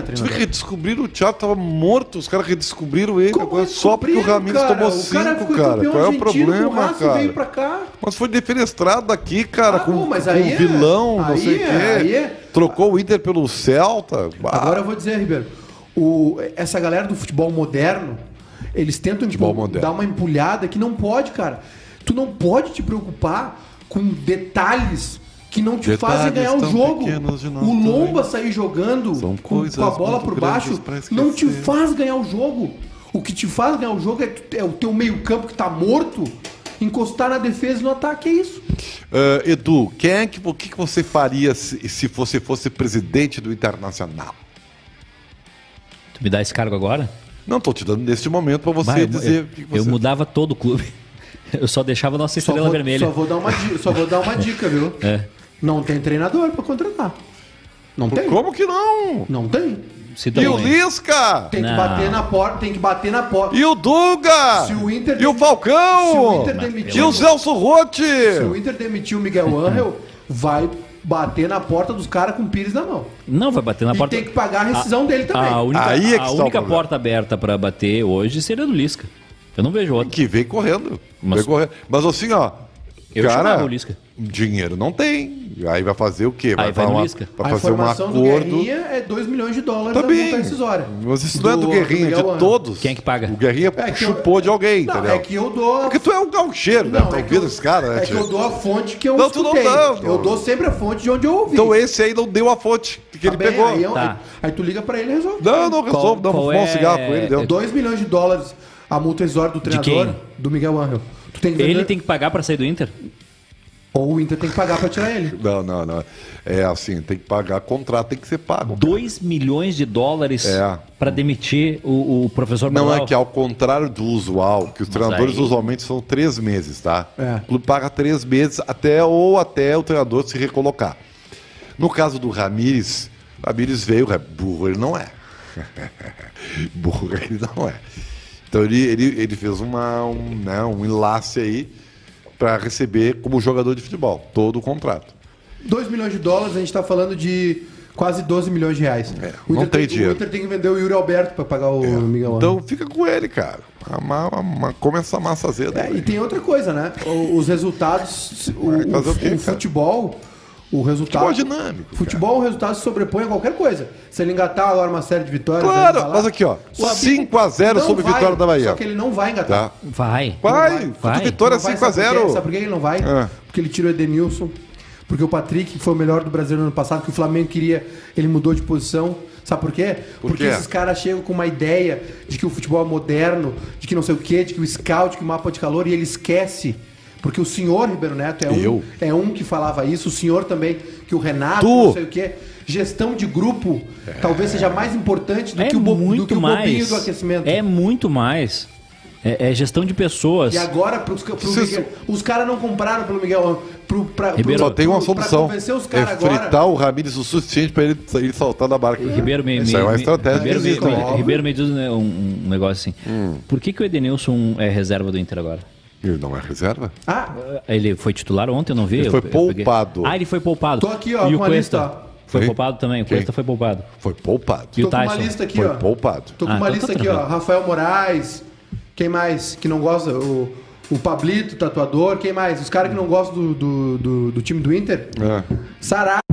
Speaker 1: Você vê que
Speaker 2: treinador.
Speaker 1: redescobriram o Thiago, tava morto, os caras redescobriram ele agora só porque o Ramires
Speaker 2: é cara?
Speaker 1: tomou
Speaker 2: O cara
Speaker 1: cinco,
Speaker 2: ficou
Speaker 1: cara.
Speaker 2: campeão
Speaker 1: Qual é o
Speaker 2: argentino com o
Speaker 1: problema,
Speaker 2: Racing, veio pra
Speaker 1: cara?
Speaker 2: cá.
Speaker 1: Mas foi defenestrado aqui, cara,
Speaker 2: Ah,
Speaker 1: com,
Speaker 2: bom, mas
Speaker 1: com
Speaker 2: aí é-
Speaker 1: vilão, não
Speaker 2: aí
Speaker 1: sei o
Speaker 2: é-
Speaker 1: quê.
Speaker 2: aí é-
Speaker 1: Trocou o Inter pelo Celta. Bah,
Speaker 2: Agora eu vou dizer, Ribeiro, o- essa galera do futebol moderno, eles tentam
Speaker 1: Futebol
Speaker 2: empu-
Speaker 1: moderno.
Speaker 2: dar uma empulhada que não pode, cara. Tu não pode te preocupar com detalhes que não te
Speaker 1: Detalhes
Speaker 2: fazem ganhar o
Speaker 1: tão
Speaker 2: jogo.
Speaker 1: pequenos de nós
Speaker 2: O Lomba
Speaker 1: também.
Speaker 2: sair jogando
Speaker 1: São
Speaker 2: com,
Speaker 1: coisas
Speaker 2: com a bola
Speaker 1: muito
Speaker 2: por
Speaker 1: grandes
Speaker 2: baixo
Speaker 1: pra esquecer.
Speaker 2: não te faz ganhar o jogo. O que te faz ganhar o jogo é, tu- é o teu meio-campo que tá morto, encostar na defesa e no ataque, é isso.
Speaker 1: ah, Edu, quem é que, o que, que você faria se, se você fosse presidente do Internacional?
Speaker 3: Tu me dá esse cargo agora?
Speaker 1: Não, tô te dando neste momento pra você
Speaker 3: Vai, eu,
Speaker 1: dizer
Speaker 3: eu-
Speaker 1: o que, que
Speaker 3: eu
Speaker 1: você...
Speaker 3: mudava todo o clube. <laughs> Eu só deixava a nossa
Speaker 2: Só
Speaker 3: estrela
Speaker 2: vou,
Speaker 3: vermelha.
Speaker 2: só vou dar uma dica, só vou dar uma dica, viu?
Speaker 3: É.
Speaker 2: Não tem treinador pra contratar. Não tem?
Speaker 1: Como que não?
Speaker 2: Não tem.
Speaker 3: Se dá
Speaker 1: E o
Speaker 3: bem.
Speaker 1: Lisca?
Speaker 2: Tem
Speaker 3: Não.
Speaker 2: que bater na porta, tem que bater na porta.
Speaker 1: E o Duga?
Speaker 2: Se o Inter-
Speaker 1: E o Falcão?
Speaker 2: Se o Inter demitiu-
Speaker 1: E o Celso Rotti?
Speaker 2: Se o Inter demitiu o Miguel Angel, vai bater na porta dos caras com o Pires na mão.
Speaker 3: Não vai bater na
Speaker 2: e
Speaker 3: porta.
Speaker 2: tem que pagar a rescisão dele também.
Speaker 3: A única,
Speaker 1: Aí é que
Speaker 3: a
Speaker 1: está o
Speaker 3: única
Speaker 1: problema.
Speaker 3: porta aberta pra bater hoje seria a do Lisca. Eu não vejo outra.
Speaker 1: Que vem correndo.
Speaker 3: Mas-
Speaker 1: Vem correndo. Mas assim, ó.
Speaker 3: Eu chamava o Lisca.
Speaker 1: dinheiro não tem. Aí vai fazer o quê?
Speaker 3: Aí vai
Speaker 1: fazer,
Speaker 3: no
Speaker 1: uma-
Speaker 3: Lisca.
Speaker 1: vai
Speaker 2: a
Speaker 1: fazer um
Speaker 2: informação do
Speaker 1: acordo.
Speaker 2: Guerrinha é 2 milhões de dólares
Speaker 1: Também.
Speaker 2: da multa rescisória.
Speaker 1: Tá Mas isso não é do Guerrinha,
Speaker 2: Miguel
Speaker 1: de
Speaker 2: Ano.
Speaker 1: todos.
Speaker 3: Quem é que paga?
Speaker 1: O Guerrinha
Speaker 2: que eu-
Speaker 1: chupou de alguém,
Speaker 2: Não,
Speaker 1: entendeu?
Speaker 2: é que eu dou a
Speaker 1: Porque tu é um gaucheiro, né?
Speaker 2: Não,
Speaker 1: Tá
Speaker 2: é que
Speaker 1: ouvindo
Speaker 2: eu-
Speaker 1: esse cara, né,
Speaker 2: É que
Speaker 1: tio?
Speaker 2: eu dou a fonte que eu
Speaker 1: Não, tu não
Speaker 2: escutei.
Speaker 1: dá, pô.
Speaker 2: eu dou sempre a fonte de onde eu ouvi.
Speaker 1: Então esse aí não deu a fonte que
Speaker 2: Tá
Speaker 1: ele
Speaker 2: bem,
Speaker 1: pegou.
Speaker 2: Aí, eu-
Speaker 3: Tá.
Speaker 2: aí tu liga pra ele e resolve.
Speaker 1: Não, não resolve, não.
Speaker 3: qual
Speaker 1: Fumou um
Speaker 3: é-
Speaker 1: cigarro com ele, deu.
Speaker 2: 2 milhões de dólares a multa exória do treinador
Speaker 3: quem?
Speaker 2: do Miguel Angel. Tu tem que vender,
Speaker 3: Ele tem que pagar pra sair do Inter?
Speaker 2: Ou o Inter tem que pagar pra tirar ele.
Speaker 1: Não, não, não. É assim, tem que pagar contrato, tem que ser pago.
Speaker 3: 2 milhões de dólares
Speaker 1: É.
Speaker 3: pra demitir o, o professor
Speaker 1: Não
Speaker 3: Manuel?
Speaker 1: é que ao contrário do usual, que os treinadores
Speaker 3: aí-
Speaker 1: usualmente são três meses, tá?
Speaker 2: É.
Speaker 1: O clube paga três meses até ou até o treinador se recolocar. No caso do Ramires, Ramires veio, é burro ele não é. <laughs> burro ele não é. Então ele, ele, ele fez uma, um, né, um enlace aí para receber como jogador de futebol todo o contrato.
Speaker 2: 2 milhões de dólares, a gente tá falando de quase 12 milhões de reais. o
Speaker 1: É, não
Speaker 2: Inter
Speaker 1: tem dinheiro.
Speaker 2: O Inter tem que vender o Yuri Alberto pra pagar o Miguel Angel.
Speaker 1: Então fica com ele, cara. A ma- a ma- come essa massa azeda.
Speaker 2: É,
Speaker 1: aí.
Speaker 2: e tem outra coisa, né? O- Os resultados. O,
Speaker 1: Vai fazer o quê,
Speaker 2: o
Speaker 1: cara?
Speaker 2: futebol. O resultado.
Speaker 1: Futebol é dinâmico,
Speaker 2: Futebol, o resultado se sobrepõe a qualquer coisa. Se ele engatar agora uma série de vitórias. ele vai
Speaker 1: Claro,
Speaker 2: lá.
Speaker 1: mas aqui, ó.
Speaker 2: O Abel
Speaker 1: 5x0
Speaker 2: não
Speaker 1: sobre
Speaker 2: vai,
Speaker 1: vitória da Bahia.
Speaker 2: Só que ele não vai engatar.
Speaker 1: Tá.
Speaker 3: Vai.
Speaker 1: Vai, vai.
Speaker 3: vai.
Speaker 1: Vitória
Speaker 2: Não vai, sabe por quê? Sabe por
Speaker 1: 5x0.
Speaker 2: que ele não vai?
Speaker 1: É.
Speaker 2: Porque ele tirou o Edenilson. Porque o Patrick, que foi o melhor do Brasil no ano passado, que o Flamengo queria, ele mudou de posição. Sabe por quê?
Speaker 1: Por
Speaker 2: Porque
Speaker 1: quê?
Speaker 2: esses caras chegam com uma ideia de que o futebol é moderno, de que não sei o quê, de que o scout, que o mapa de calor, e ele esquece. Porque o senhor Ribeiro Neto é um,
Speaker 1: Eu?
Speaker 2: é um que falava isso, o senhor também, que o Renato,
Speaker 1: Tu? É.
Speaker 2: não sei o quê. Gestão de grupo talvez seja mais importante do
Speaker 3: é
Speaker 2: que o, bo do
Speaker 3: muito
Speaker 2: que o bobinho
Speaker 3: mais.
Speaker 2: do aquecimento.
Speaker 3: É muito mais. É, é gestão de pessoas.
Speaker 2: E agora, pros, pro
Speaker 1: Isso-
Speaker 2: Miguel, os caras não compraram pelo Miguel. Pro, pra,
Speaker 3: Ribeiro,
Speaker 2: pro-
Speaker 1: Só tem uma
Speaker 2: pro-
Speaker 1: solução.
Speaker 2: Pra convencer os
Speaker 1: É
Speaker 2: caras
Speaker 1: fritar
Speaker 2: agora.
Speaker 1: o Ramires o suficiente pra ele, ele saltar da barca.
Speaker 3: Ribeiro me,
Speaker 1: Isso
Speaker 3: me-
Speaker 1: é uma
Speaker 3: me-
Speaker 1: estratégia.
Speaker 3: Ribeiro, me,
Speaker 1: que existe, Hum.
Speaker 3: me-
Speaker 1: óbvio.
Speaker 3: Ribeiro me diz né, um, um negócio assim. Por que, que o Edenilson é reserva do Inter agora?
Speaker 1: Ele não é reserva?
Speaker 2: Ah,
Speaker 3: Ele foi titular ontem, eu não vi.
Speaker 1: Ele
Speaker 3: eu-
Speaker 1: foi
Speaker 3: eu peguei.
Speaker 1: poupado.
Speaker 3: Ah, ele foi poupado.
Speaker 2: Tô aqui, ó,
Speaker 3: e
Speaker 2: com
Speaker 3: o
Speaker 2: a
Speaker 3: Cuesta
Speaker 2: lista, ó.
Speaker 3: foi
Speaker 1: Quem?
Speaker 3: poupado também. O
Speaker 1: Quem?
Speaker 3: Cuesta foi poupado.
Speaker 1: Foi poupado.
Speaker 3: E
Speaker 2: tô
Speaker 3: o
Speaker 2: com uma
Speaker 3: Tyson?
Speaker 2: lista aqui,
Speaker 1: Foi
Speaker 2: ó.
Speaker 1: poupado.
Speaker 2: Tô com
Speaker 3: Ah,
Speaker 2: uma
Speaker 3: então
Speaker 2: lista
Speaker 3: tá
Speaker 2: aqui, ó.
Speaker 3: tranquilo.
Speaker 2: Rafael Moraes. Quem mais que não gosta? O, o Pablito, tatuador. Quem mais? Os caras que não gostam do, do, do, do time do Inter.
Speaker 1: É.
Speaker 2: Sará.